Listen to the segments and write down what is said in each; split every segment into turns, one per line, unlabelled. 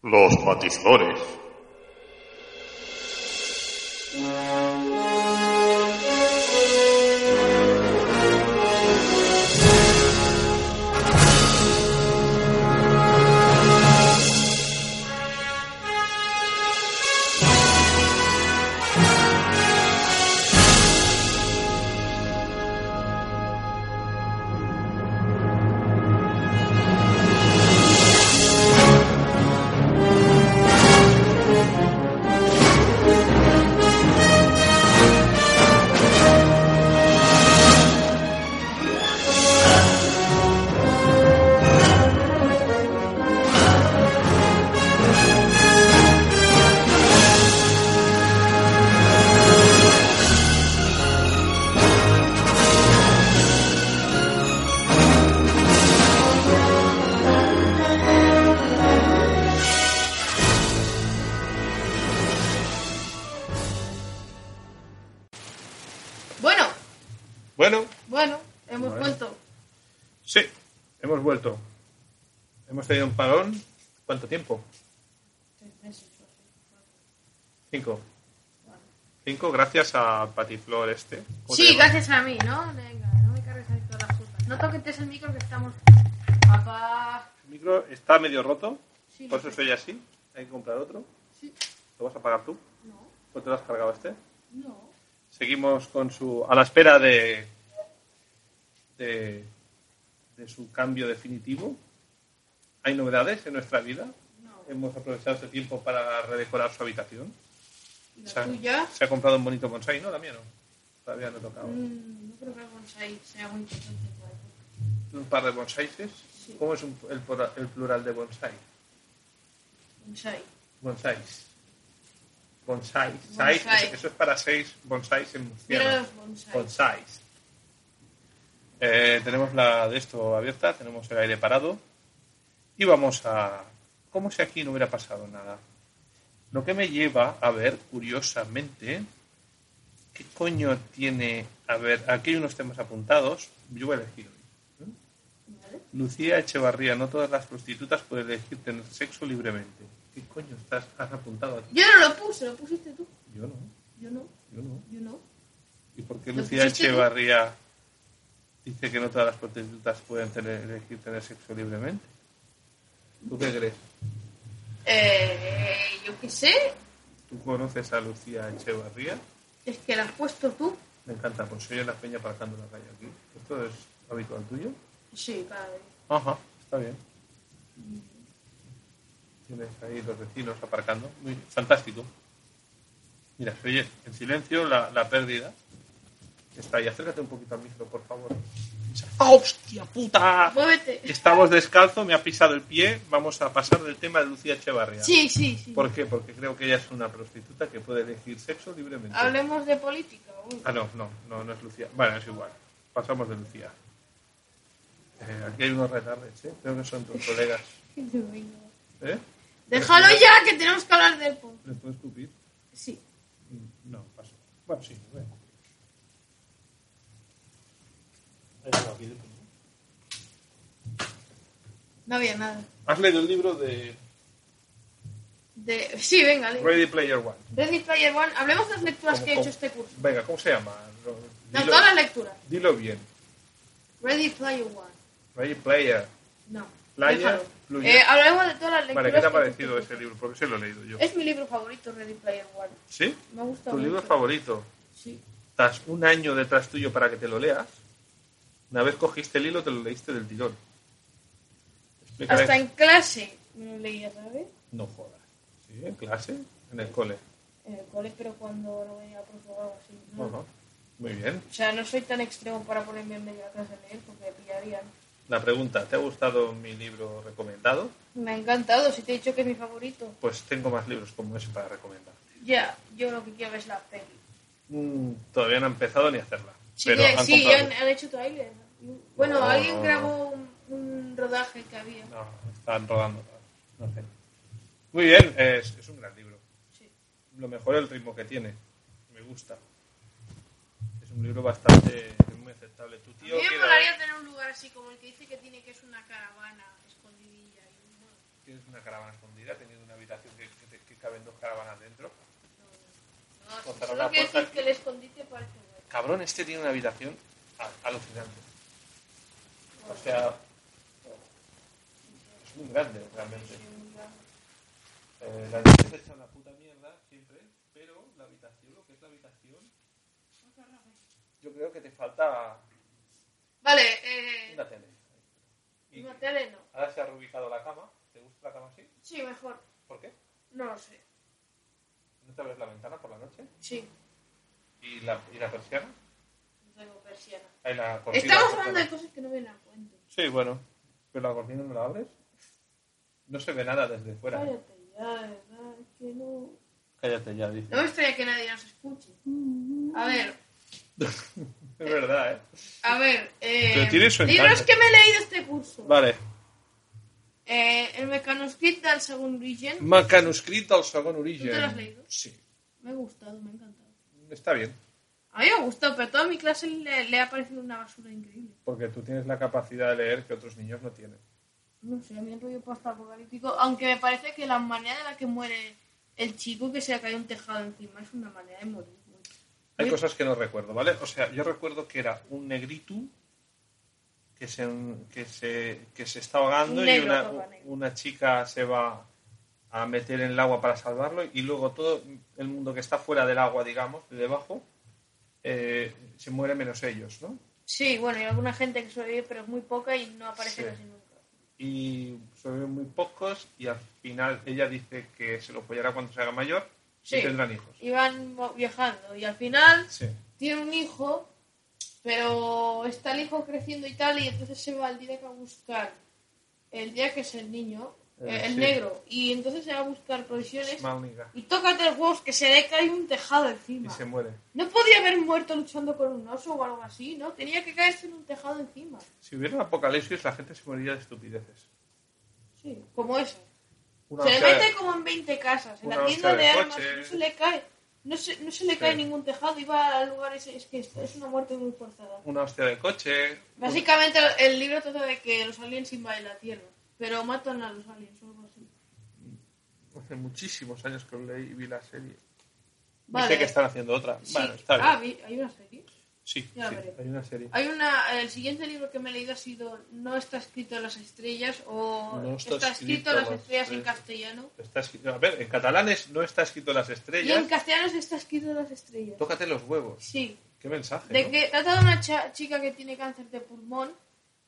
Los matizadores.
Bueno,
Bueno,
bueno, hemos
Bueno.
vuelto.
sí, hemos vuelto. Hemos tenido un parón. ¿Cuánto tiempo? Cinco. Cinco, gracias a Patiflor este. ¿Cómo te
Sí,
llamas?
gracias a mí, ¿no? Venga, no me cargues ahí todas las culpas. No toques el micro que estamos. Papá.
El micro está medio roto,
Sí,
por eso
lo sé.
estoy así. Hay que comprar otro.
Sí.
¿Lo vas a pagar tú?
No,
¿O te lo has cargado este?
no.
Seguimos con su a la espera de de, de su cambio definitivo. Hay novedades en nuestra vida.
No.
Hemos aprovechado este tiempo para redecorar su habitación.
¿Y
Se
la
ha,
tuya?
se ha comprado un bonito bonsai, ¿no? La mía no. Todavía no he tocado.
Mm, no creo que el bonsai sea muy importante. pues, para ti.
Un par de bonsaises.
Sí.
¿Cómo es un- el, plura- el plural de bonsai?
Bonsai.
Bonsais. Bonsais.
Bonsai.
Sais, eso- Eso es para seis bonsais en murciano.
Mira los bonsai.
Pues- Consáis. Eh, tenemos la de esto abierta, tenemos el aire parado y vamos a... Como si aquí no hubiera pasado nada. Lo que me lleva a ver, curiosamente, qué coño tiene... A ver, aquí hay unos temas apuntados. Yo voy a elegir hoy. ¿eh?
¿Vale?
Lucía Echevarría, no todas las prostitutas pueden elegir tener sexo libremente. ¿Qué coño estás, has apuntado aquí?
Yo no lo puse, lo pusiste tú.
Yo no,
Yo no,
yo no.
yo no.
¿Y por qué
¿Lo
Lucía
pusiste tú?
Echevarría dice que no todas las prostitutas pueden tener, elegir tener sexo libremente? ¿Tú qué crees?
Eh, yo qué sé,
¿Tú conoces a Lucía Echevarría?
es que la has puesto tú.
Me encanta, pues soy en la peña aparcando la calle aquí. ¿Esto es habitual tuyo?
Sí, padre.
Ajá, está bien. Tienes ahí los vecinos aparcando. Muy fantástico. Mira, se oye en silencio la, la pérdida. Está ahí, acércate un poquito al micro, por favor. ¡Ah, ¡Hostia puta!
Muévete.
Estamos descalzo, me ha pisado el pie. Vamos a pasar del tema de Lucía Echevarría.
Sí, sí, sí.
¿Por qué? Porque creo que ella es una prostituta que puede elegir sexo libremente.
Hablemos de política. uy.
Ah, no, no, no, no es Lucía. Bueno, es igual. Pasamos de Lucía. Eh, aquí hay unos retardes, ¿eh? Creo que son tus colegas. ¿Eh?
Déjalo ya, que tenemos que hablar del político.
¿Les puedo escupir?
Sí.
Mm, No, paso. Bueno, sí, bueno.
No había nada.
¿Has leído el libro de
De... Sí, venga, le-
Ready Player One?
Ready Player One. Hablemos de las lecturas
¿Cómo-
que he hecho
cómo?
este curso.
Venga, ¿cómo se llama? Lo-
No,
Dilo,
todas las lecturas.
dilo bien.
Ready Player One.
Ready Player.
No.
Player,
déjalo.
Player.
Eh, hablemos de todas las lecturas.
Vale, ¿qué te ha
que he
parecido
hecho este
ese libro? Porque se lo he leído yo.
curso. Es mi libro favorito, Ready Player One.
¿Sí?
Me gusta
¿Tu
mucho.
libro favorito?
Sí.
Estás un año detrás tuyo para que te lo leas. Una vez cogiste el hilo, te lo leíste del tirón. Explícale-
Hasta en clase me lo leía, ¿sabes?
No jodas. ¿Sí? ¿En clase? ¿En el cole?
En el cole, pero cuando no venía a profe o algo así. ¿no?
Ajá. Muy bien.
O sea, no soy tan extremo para ponerme en medio de la clase a leer porque me pillarían.
La pregunta, ¿te ha gustado mi libro recomendado?
Me ha encantado, si te he dicho que es mi favorito.
Pues tengo más libros como ese para recomendar.
Ya, yo lo que quiero es la peli.
Mm, todavía no he empezado ni a hacerla.
Sí,
pero
eh,
han
sí,
comprado.
han, han hecho trailer. Bueno,
No.
alguien grabó un, un rodaje que había.
No, están rodando. No sé. Muy bien, es, es un gran libro.
Sí.
Lo mejor es el ritmo que tiene. Me gusta. Es un libro bastante muy aceptable. Tu
A
tío
mí me
queda-
molaría tener un lugar así como el que dice que tiene que es una caravana escondidilla. Y, bueno,
tienes una caravana escondida, teniendo una habitación que, que te- que caben dos caravanas dentro.
No,
Contra
solo
la
que
puerta.
decir que el escondite parece bueno.
Cabrón, este tiene una habitación a- alucinante. O sea, es muy grande realmente. Eh, la habitación está en la puta mierda siempre, pero la habitación, lo que es la habitación, yo creo que te falta
Vale, eh,
una tele. Y
una tele no.
ahora se ha reubicado la cama. ¿Te gusta la cama así?
Sí, mejor.
¿Por qué?
No lo sé.
¿No te abres la ventana por la noche?
Sí,
¿Y la, y la persiana?
no tengo persiana.
Ahí la cortina,
Estamos
por
hablando
favor.
de cosas que no vienen a cuento.
Sí, bueno. ¿Pero la cortina no la abres? No se ve nada desde fuera.
Cállate ya, de verdad, es que no.
Cállate ya, dice.
No me extraña que nadie nos escuche. A ver,
Es verdad, ¿eh?
a ver. Eh,
Pero tiene su encanto.
libros que me he leído este curso.
Vale.
Eh, el mecanoscript del segundo origen.
Macanuscrita al Sagon
¿Tú
Origen.
te lo has leído?
Sí.
Me ha gustado, me ha encantado.
Está bien.
A mí me ha gustado, pero a toda mi clase le, le ha parecido una basura increíble.
Porque tú tienes la capacidad de leer que otros niños no tienen.
No sé, a mí el rollo postapocalíptico, aunque me parece que la manera de la que muere el chico que se le cae un tejado encima es una manera de morir. güey.
Hay
Muy-
cosas que no recuerdo, ¿vale? O sea, yo recuerdo que era un negritu que se, que se, que se está ahogando
Un
y
negro
una,
todo negro.
una chica se va a meter en el agua para salvarlo y luego todo el mundo que está fuera del agua, digamos, de debajo, eh, se muere menos ellos, ¿no?
Sí, bueno, hay alguna gente que sobrevive, pero es muy poca y no aparece
Sí.
casi nunca.
Y sobreviven muy pocos y al final ella dice que se lo apoyará cuando se haga mayor y
Sí.
tendrán hijos.
Y van mo- viajando y al final
Sí.
tiene un hijo, pero está el hijo creciendo y tal, y entonces se va al día que a buscar, el día que es el niño,
Eh,
eh, el
sí.
negro, y entonces se va a buscar provisiones
Malniga.
y toca tres huevos que se le cae un tejado
Y
encima.
se muere.
No podía haber muerto luchando con un oso o algo así, ¿no? Tenía que caerse en un tejado encima.
Si hubiera un apocalipsis, la gente se moriría de estupideces.
Sí, como eso.
Una
se le
hostia de-
mete como en 20 casas, en
una
la tienda
hostia
de
de
armas,
coche.
no se le cae. No se, no se le cae
Sí.
ningún tejado, iba a lugares. Es que esto es una muerte muy forzada.
una hostia de coche.
Básicamente el libro trata de que los aliens invaden la Tierra, pero matan a los aliens o algo así.
Hace muchísimos años que lo leí y vi la serie.
Vale.
Dice que están haciendo otra.
Sí.
Vale, está bien.
Ah, vi- hay una serie.
sí,
ya
sí,
veré.
hay una serie.
Hay una, el siguiente libro que me he leído ha sido No está escrito en las estrellas o
No
está, escrito en las estrellas en castellano.
Está escrito- a ver, en catalán es- no está escrito las
Y
estrellas.
en castellano sí está escrito en las estrellas.
Tócate los huevos.
Sí.
Qué mensaje.
De
¿no?
que trata de una cha- chica que tiene cáncer de pulmón,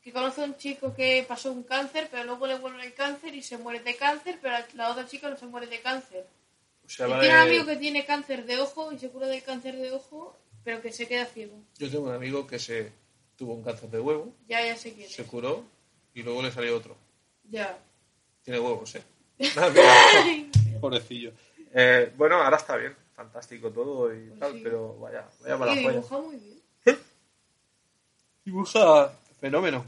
que conoce a un chico que pasó un cáncer, pero luego le vuelve el cáncer y se muere de cáncer, pero la otra chica no se muere de cáncer.
O sea,
Y
va
tiene un
de-
amigo que tiene cáncer de ojo y se cura del cáncer de ojo, pero que se queda ciego.
Yo tengo un amigo que se tuvo un cáncer de huevo,
Ya, ya sé quién es.
se curó y luego le salió otro.
Ya.
Tiene huevos, ¿eh? Nada, mira, Pobrecillo. Eh, bueno, ahora está bien. Fantástico todo y
Pues
tal,
sí.
pero vaya, vaya para
y
la joya.
dibuja muy bien.
Dibuja fenómeno.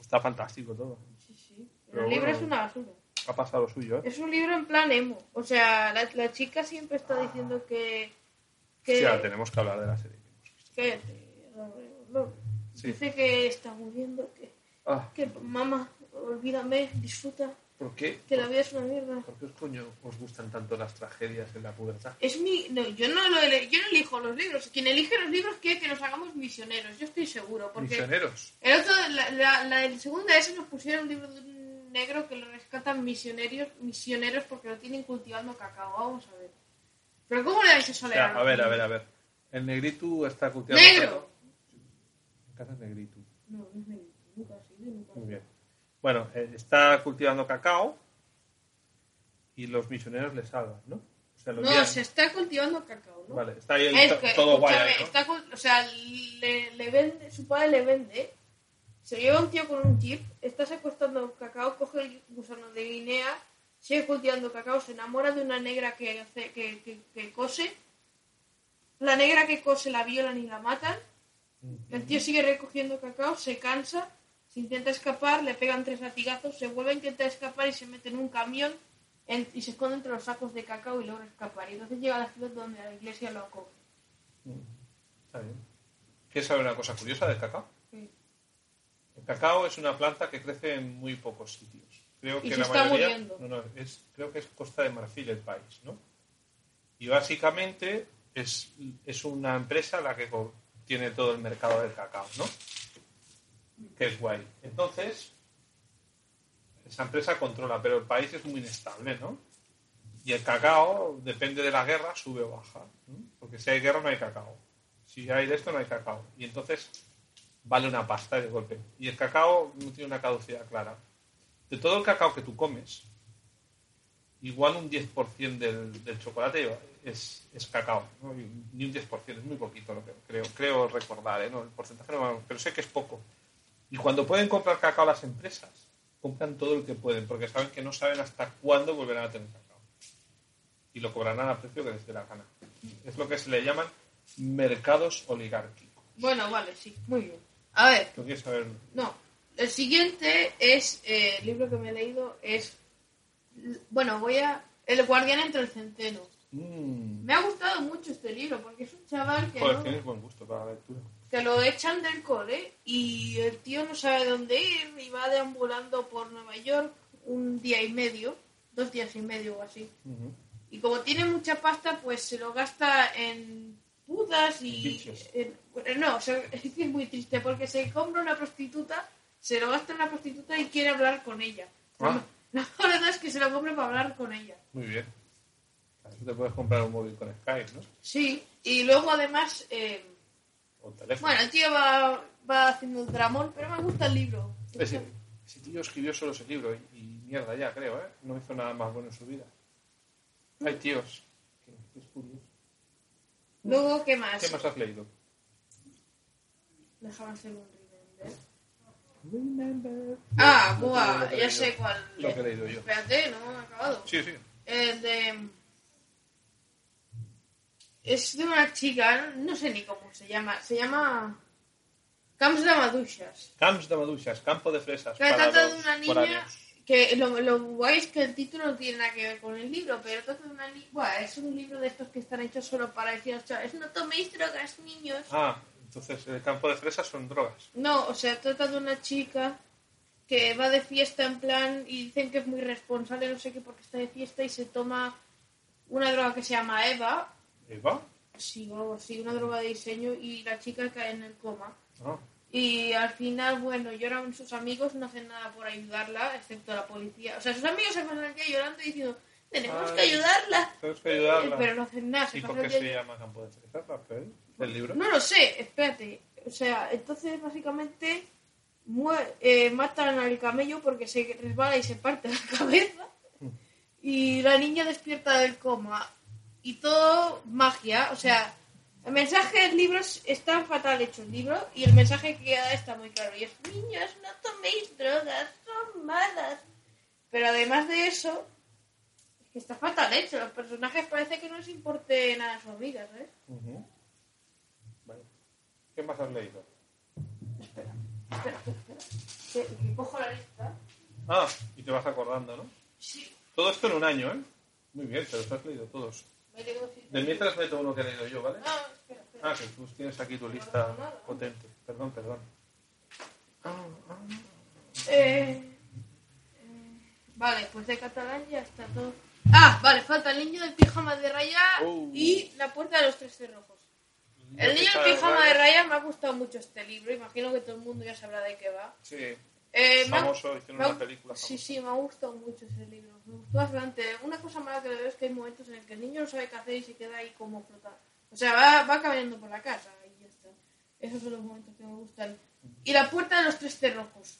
Está fantástico todo.
Sí, sí.
Pero
Pero el libro
bueno.
es una basura.
Ha pasado lo suyo, ¿eh?
Es un libro en plan emo. O sea, la, la chica siempre está diciendo que... que
Sí, ahora tenemos que hablar de la serie. que hemos visto.
cállate, Gabriel, no.
Sí.
Dice que está muriendo, que,
Ah,
que mamá, olvídame, disfruta,
¿por qué?
que la vida es una mierda.
¿Por qué os coño os gustan tanto las tragedias en la pubertad?
Es mi. No, yo no, lo ele- yo no elijo los libros. Quien elige los libros quiere que nos hagamos misioneros, yo estoy seguro. Porque
Misioneros.
el otro, la, la, la del segunda esa nos pusieron un libro de un negro que lo rescatan misioneros, misioneros porque lo tienen cultivando cacao. Vamos a ver. Pero ¿cómo le dais eso
O
a
sea,
leer?
a ver, a ver, a ver. El negritu está cultivando...
¡Negro!
Me encanta el negritu.
No, no es negro. Nunca ha sido, nunca ha
Muy
sido.
bien. Bueno, eh, está cultivando cacao y los misioneros le salvan, ¿no? O sea, lo
No,
envían-
se está cultivando cacao, ¿no?
Vale, está ahí el
Es
to-
que,
todo guay,
escúchame,
¿no?
está con- o sea, le, le vende, su padre le vende, se lleva un tío con un chip, está secuestrando cacao, coge el gusano de Guinea, sigue cultivando cacao, se enamora de una negra que, hace, que, que, que cose, la negra que cose la violan y la matan,
Mm,
el tío sigue recogiendo cacao, se cansa, se intenta escapar, le pegan tres latigazos, se vuelve a intentar escapar y se mete en un camión en- y se esconde entre los sacos de cacao y logra escapar. Y entonces llega a la ciudad donde la iglesia lo acoge.
mm. Está bien. ¿Quieres saber una cosa curiosa del cacao?
Sí.
El cacao es una planta que crece en muy pocos sitios. creo
Y
que
se
la
está
mayoría,
muriendo.
no, no, es, creo que es Costa de Marfil el país, ¿no? Y básicamente es, es una empresa la que co- tiene todo el mercado del cacao, ¿no? Que es guay. Entonces, esa empresa controla, pero el país es muy inestable, ¿no? Y el cacao, depende de la guerra, sube o baja. ¿no? Porque si hay guerra no hay cacao. Si hay de esto no hay cacao. Y entonces vale una pasta de golpe. Y el cacao no tiene una caducidad clara. De todo el cacao que tú comes, igual un 10% del, del chocolate es, es cacao. ¿no? Y Ni un 10%, es muy poquito lo que creo, creo recordar. ¿eh? No, el porcentaje no, pero sé que es poco. Y cuando pueden comprar cacao las empresas, compran todo el que pueden, porque saben que no saben hasta cuándo volverán a tener cacao. Y lo cobrarán a precio que les dé la gana. Es lo que se le llaman mercados oligárquicos.
Bueno, vale, sí, muy bien. A ver,
¿Tú quieres saber?
No. El siguiente es, eh, el libro que me he leído es, bueno, voy a, El guardián entre el centeno.
Mm,
Me ha gustado mucho este libro porque es un chaval que,
joder,
no-
tienes buen gusto para la lectura.
que lo echan del cole y el tío no sabe dónde ir y va deambulando por Nueva York un día y medio, dos días y medio o así.
Ujú.
Y como tiene mucha pasta, pues se lo gasta en putas y...
Bichos.
en- bueno, no, o sea, es que es muy triste porque se compra una prostituta, se lo gasta en una prostituta y quiere hablar con ella.
Ah.
La verdad es que se lo compra para hablar con ella.
Muy bien. Así te puedes comprar un móvil con Skype, ¿no?
Sí, y luego además... eh,
O un teléfono.
bueno, el tío va, va haciendo el dramón, pero me gusta el libro.
ese, ese tío escribió solo ese libro y, y mierda ya, creo, ¿eh? No hizo nada más bueno en su vida. Hay tíos. que- es curioso.
Luego, ¿qué más?
¿Qué más has leído?
Déjame hacer un remember. Ah, buah, ya sé cuál.
Lo que he leído yo.
Espérate, no he acabado.
Sí, sí.
El de... Es de una chica, no sé ni cómo se llama. Se llama... Camps de Madushas.
Camps de maduchas, campo de fresas.
Que trata de
los
una niña...
foráneos.
Que lo, lo guay es que el título no tiene nada que ver con el libro, pero trata de una niña... es un libro de estos que están hechos solo para decir, o sea, es no toméis drogas, niños.
Ah, entonces el campo de fresas son drogas.
No, o sea, trata de una chica que va de fiesta en plan y dicen que es muy responsable, no sé qué, porque está de fiesta y se toma una droga que se llama Eva,
¿Y va?
sí, o algo así, una droga de diseño y la chica cae en el coma.
Ah,
Y al final, bueno, lloran sus amigos, no hacen nada por ayudarla, excepto la policía. O sea, sus amigos se pasan el día llorando y diciendo, tenemos que
Ay,
ayudarla.
tenemos que ayudarla.
Eh, Pero no hacen nada, se
¿Y por
pasan
qué
el día
se llama campo de fresas, Rafael? ¿El libro?
No lo sé, espérate. O sea, entonces básicamente mu- eh, matan al camello porque se resbala y se parte la cabeza. Y la niña despierta del coma. Y todo magia. O sea, el mensaje del libro es- está fatal hecho el libro y el mensaje que da está muy claro. Y es, niños, no toméis drogas, son malas. Pero además de eso, es que está fatal hecho. Los personajes parece que no les importe nada a su amiga, ¿sabes?
Ujú. Vale. ¿Qué más has leído?
Espera, espera, espera. Que, que cojo la lista.
Ah, y te vas acordando, ¿no?
Sí,
Todo esto en un año, ¿eh? Muy bien, te los has leído todos.
me tengo que
De mientras meto uno que he leído yo, ¿vale?
No, espera, espera.
Ah, que tú tienes aquí tu lista potente. Perdón, perdón. Ah, ah.
Eh, eh, vale, pues de catalán ya está todo. Ah, vale, falta el niño del pijama de raya
Oh.
y la puerta de los tres cerrojos. El niño
Pijama
del pijama de
rayas.
raya me ha gustado mucho este libro. Imagino que todo el mundo ya sabrá de qué va.
Sí,
Eh, me ha-
famoso, hicieron
me ha-
una película.
Sí,
famosa.
sí, me ha gustado mucho ese libro. Me gustó bastante. Una cosa mala que le veo es que hay momentos en el que el niño no sabe qué hacer y se queda ahí como flotando. O sea, va, va caminando por la casa y ya está. Esos son los momentos que me gustan. Y la puerta de los tres cerrojos.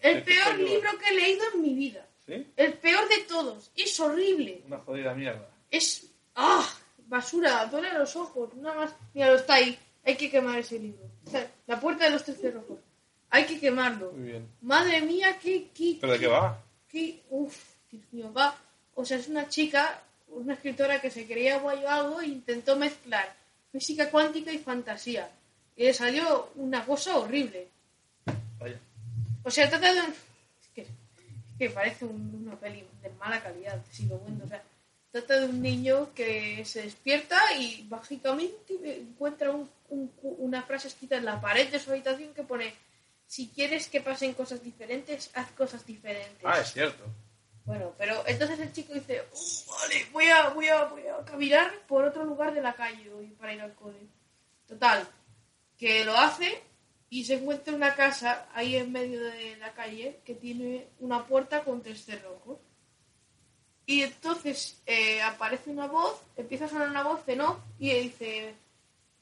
El
¿De qué
peor
coño va?
libro que he leído en mi vida.
¿Sí?
El peor de todos. Es horrible.
Una jodida mierda.
Es. ¡Ah! Basura. Duele los ojos. Nada más. Mira, lo está ahí. Hay que quemar ese libro. Está- La puerta de los tres cerrojos. Hay que quemarlo.
Muy bien.
Madre mía, qué, qué,
¿Pero de qué va?
que, uff, Dios mío, va. O sea, es una chica, una escritora que se creía guay o algo e intentó mezclar física cuántica y fantasía. Y le salió una cosa horrible.
Vaya.
O sea, trata de un... Es que, es que parece un- una peli de mala calidad, te sigo bueno. O sea, trata de un niño que se despierta y mágicamente encuentra un- un cu- una frase escrita en la pared de su habitación que pone si quieres que pasen cosas diferentes, haz cosas diferentes.
Ah, es cierto.
Bueno, pero entonces el chico dice, "Uh, vale, voy a, voy, a, voy a caminar por otro lugar de la calle hoy para ir al cole. Total, que lo hace y se encuentra una casa ahí en medio de la calle que tiene una puerta con tres cerrojos. Y entonces eh, aparece una voz, empieza a sonar una voz de no y le dice,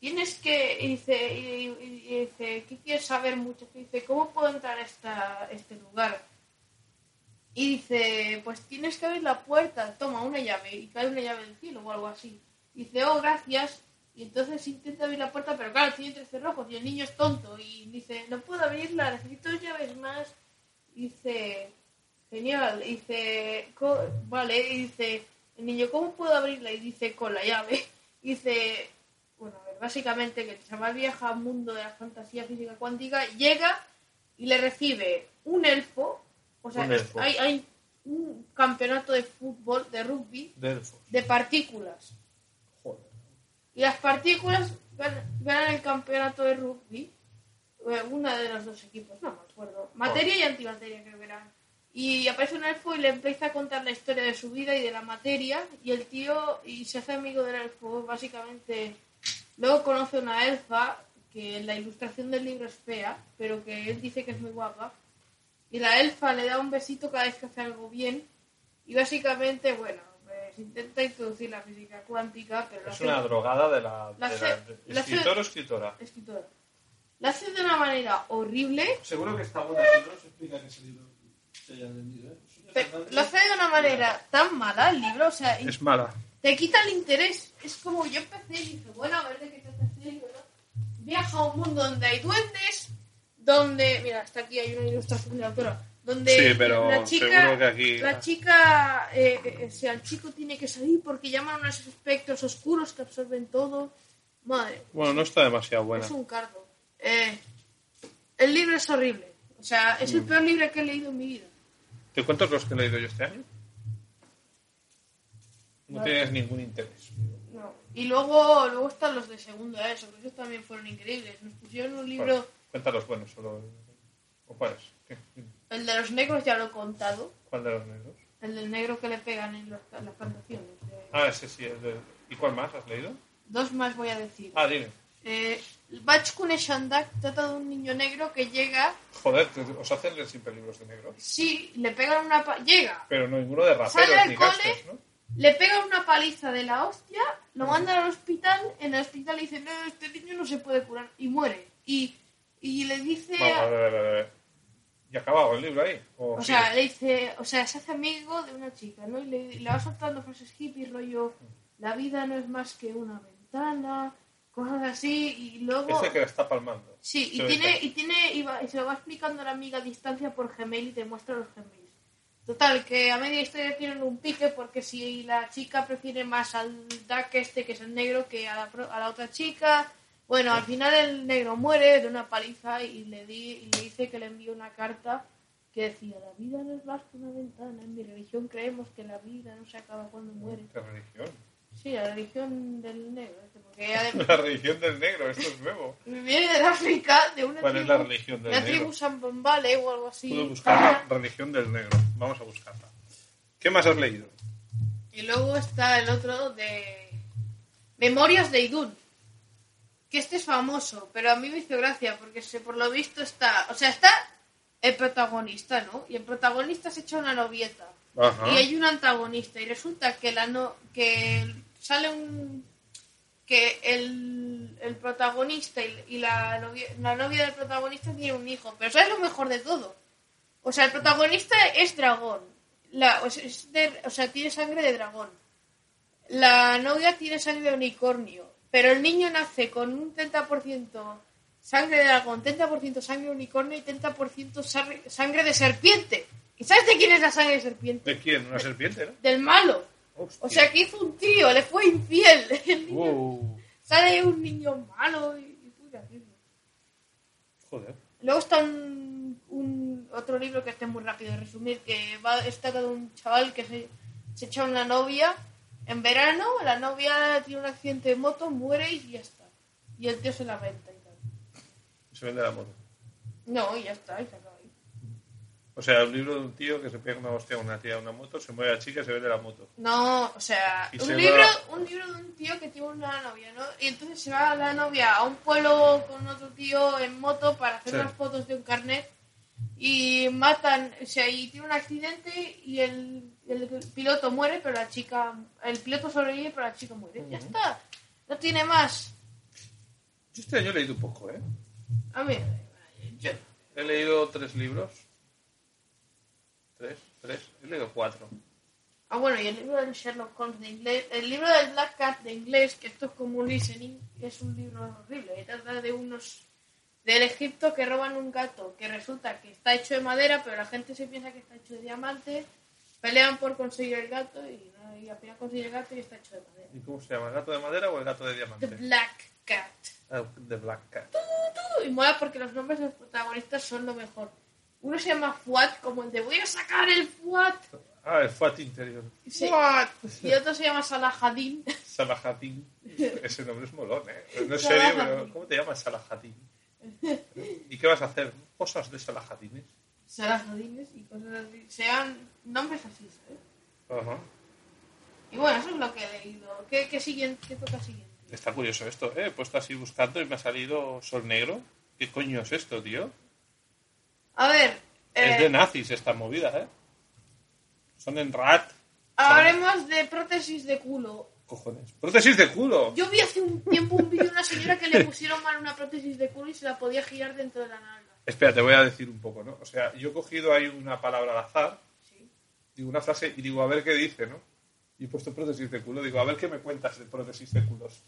tienes que, y dice, y- y- y dice, ¿qué quieres saber mucho? Y dice, ¿cómo puedo entrar a esta, este lugar? Y dice, pues tienes que abrir la puerta, toma una llave, y cae una llave del cielo o algo así. Y dice, oh, gracias. Y entonces intenta abrir la puerta, pero claro, tiene tres cerrojos y el niño es tonto. Y dice, no puedo abrirla, necesito dos llaves más. Y dice, genial. Y dice, "Co- vale, y dice, el niño, ¿cómo puedo abrirla? Y dice, con la llave. Y dice, bueno, a ver, básicamente que el chaval viaja al mundo de la fantasía física cuántica, llega y le recibe un elfo. O sea,
Un elfo.
hay- hay un campeonato de fútbol, de rugby,
Delfos.
de partículas.
Joder.
Y las partículas gan- ganan el campeonato de rugby. eh, Una de los dos equipos, no me acuerdo. Materia y antimateria creo que eran. Y aparece un elfo y le empieza a contar la historia de su vida y de la materia. Y el tío y se hace amigo del elfo, básicamente. Luego conoce una elfa que en la ilustración del libro es fea, pero que él dice que es muy guapa. Y la elfa le da un besito cada vez que hace algo bien. Y básicamente, bueno, pues intenta introducir la física cuántica, pero lo
Es
hace-
una drogada de la,
La
de
ce-
la-
la ce-
escritor o escritora.
escritora. La hace de una manera horrible,
Seguro que está buena, si no se explica que se libro se haya vendido. ¿eh?
pero la hace de una manera tan mala el libro, o sea,
Es mala.
te quita el interés. Es como yo empecé y dije, bueno, a ver de qué trata este libro, ¿no? Viaja a un mundo donde hay duendes, donde, mira, hasta aquí hay una ilustración de la autora, donde
Sí, pero
la chica,
seguro que aquí-
la chica, eh, eh, o sea, el chico tiene que salir porque llaman a unos espectros oscuros que absorben todo. Madre,
Bueno, no está demasiado buena.
Es un cardo. Eh, el libro es horrible. O sea, es el
Mm.
peor libro que he leído en mi vida.
¿Te cuento los que he leído yo este año? No
Vale.
tienes ningún interés.
No. Y luego, luego están los de segunda ESO, que esos también fueron increíbles. Nos pusieron un libro,
Bueno, cuenta los buenos solo. ¿O cuáles? ¿Qué- qué-
el de los negros ya lo he contado,
¿Cuál de los negros?
el del negro que le pegan en los- en las plantaciones. eh.
Ah, ese sí. el de- ¿Y cuál más has leído?
Dos más voy a decir.
Ah, dime.
Eh, Bachkune Shandak trata de un niño negro que llega,
Joder, te- os hacen leer siempre libros de negros.
sí, le pegan una... pa- llega,
Pero no, ninguno de
Sale
raperos
al
ni
cole.
gangsters, ¿no?
Le pegan una paliza de la hostia, lo mandan al hospital, en el hospital le dicen, no, este niño no se puede curar, y muere. Y, y le dice,
Vamos, a ver, a ver, a ver. ¿Y ha acabado el libro ahí? ¿O
o
sigue?
sea, le dice, o sea, se hace amigo de una chica, ¿no? Y le, y le va soltando frases hippie, rollo, la vida no es más que una ventana, cosas así, y luego...
Este que la está palmando.
Sí, y
Se ve
tiene,
que-
y tiene, y, va- y se lo va explicando a la amiga a distancia por Gmail y te muestra los Gmails. Total, que a media historia tienen un pique porque si la chica prefiere más al Duck este que es el negro que a la, pro- a la otra chica, bueno, al final el negro muere de una paliza y le, di, y le dice que le envíe una carta que decía, la vida no es más que una ventana, en mi religión creemos que la vida no se acaba cuando mueres.
¿Qué religión?
Sí, la religión del negro, este, porque ella de-
La religión del negro, esto es nuevo.
viene del África, de una
¿Cuál es
tribu-
la religión del
la
negro?
tribu Sambombale o algo así.
Puedo buscar la religión del negro. Vamos a buscarla. ¿Qué más has leído?
Y luego está el otro de Memorias de Idun. Que este es famoso, pero a mí me hizo gracia porque se, por lo visto está. O sea, está el protagonista, ¿no? Y el protagonista se echa una novieta.
Ajá.
Y hay un antagonista. Y resulta que la no, que sale un. que el, el protagonista y, y la, novia, la novia del protagonista tiene un hijo. Pero ¿sabes lo mejor de todo? O sea, el protagonista es dragón. La, o, sea, es de- o sea, tiene sangre de dragón. La novia tiene sangre de unicornio. Pero el niño nace con un 30% sangre de dragón, 30% sangre de unicornio y 30% sar- sangre de serpiente. ¿Y sabes de quién es la sangre de serpiente?
¿De quién? ¿Una serpiente, no?
Del malo.
Hostia.
O sea, que hizo un tío, le fue infiel. El niño-
Wow.
Sale un niño malo y, y fue gracioso.
Joder.
Luego está un, un- otro libro que este es muy rápido de resumir, que va está de un chaval que se, se echa una novia en verano, la novia tiene un accidente de moto, muere y ya está. Y el tío se la venta y tal.
Se vende la moto.
No, y ya está, y se acaba ahí.
O sea, un libro de un tío que se pega una hostia a una tía de una moto, se mueve la chica y se vende la moto.
No, o sea,
Y se
un libro,
va-
un libro de un tío que tiene una novia, ¿no? Y entonces se va la novia a un pueblo con otro tío en moto para hacer
Sí.
unas fotos de un carnet y matan, o sea, y tiene un accidente y el, el piloto muere, pero la chica, el piloto sobrevive, pero la chica muere. Ya
Ujú.
está, no tiene más.
Yo este año he leído un poco, ¿eh?
A mí, yo,
He leído tres libros. Tres, tres. He leído cuatro.
Ah, bueno, y el libro del Sherlock Holmes de inglés, el libro del Black Cat de inglés, que esto es como un listening, es un libro horrible. que Trata de unos del Egipto que roban un gato, que resulta que está hecho de madera, pero la gente se piensa que está hecho de diamante, pelean por conseguir el gato y, no- y al final consiguen el gato y está hecho de madera.
¿Y cómo se llama? ¿El gato de madera o el gato de
The
diamante?
Black Cat.
Ah, The Black Cat.
Y mola porque los nombres de los protagonistas son lo mejor. Uno se llama Fuat, como el de voy a sacar el Fuat.
Ah, el Fat Interior.
Sí.
Fuat.
Y otro se llama Salahadin.
Salahatín. Ese nombre es molón, ¿eh? No es serio,
Salahatín.
pero ¿cómo te llamas Salahatín? ¿Y qué vas a hacer? Cosas de Salahadines.
Salas Rodríguez y cosas así. Sean nombres así, ¿sabes?
Ajá.
Y bueno, eso es lo que he leído. ¿Qué, qué siguiente? ¿Qué toca siguiente?
Está curioso esto, ¿eh? He puesto así buscando y me ha salido Sol Negro. ¿Qué coño es esto, tío?
A ver,
Es
eh,
de nazis esta movida, ¿eh? Son en rat.
hablemos de prótesis de culo.
Cojones. Prótesis de culo.
Yo vi hace un tiempo un vídeo de una señora que le pusieron mal una prótesis de culo y se la podía girar dentro de la nalga.
Espera, te voy a decir un poco, ¿no? O sea, yo he cogido ahí una palabra al azar,
¿sí?
digo una frase y digo, a ver qué dice, ¿no? Y he puesto prótesis de culo, digo, a ver qué me cuentas de prótesis de culos.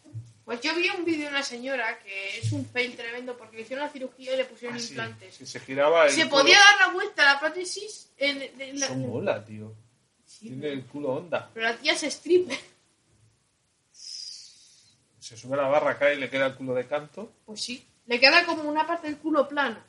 Pues yo vi un vídeo de una señora que es un fail tremendo porque le hicieron la cirugía y le pusieron
Ah, sí.
implantes.
Si se giraba el
Se
culo.
podía dar la vuelta a la prótesis en, en la-
Eso mola, tío.
Sí,
Tiene el culo onda.
pero la tía se stripper.
Se sube a la barra acá y le queda el culo de canto.
Pues sí. Le queda como una parte del culo plana.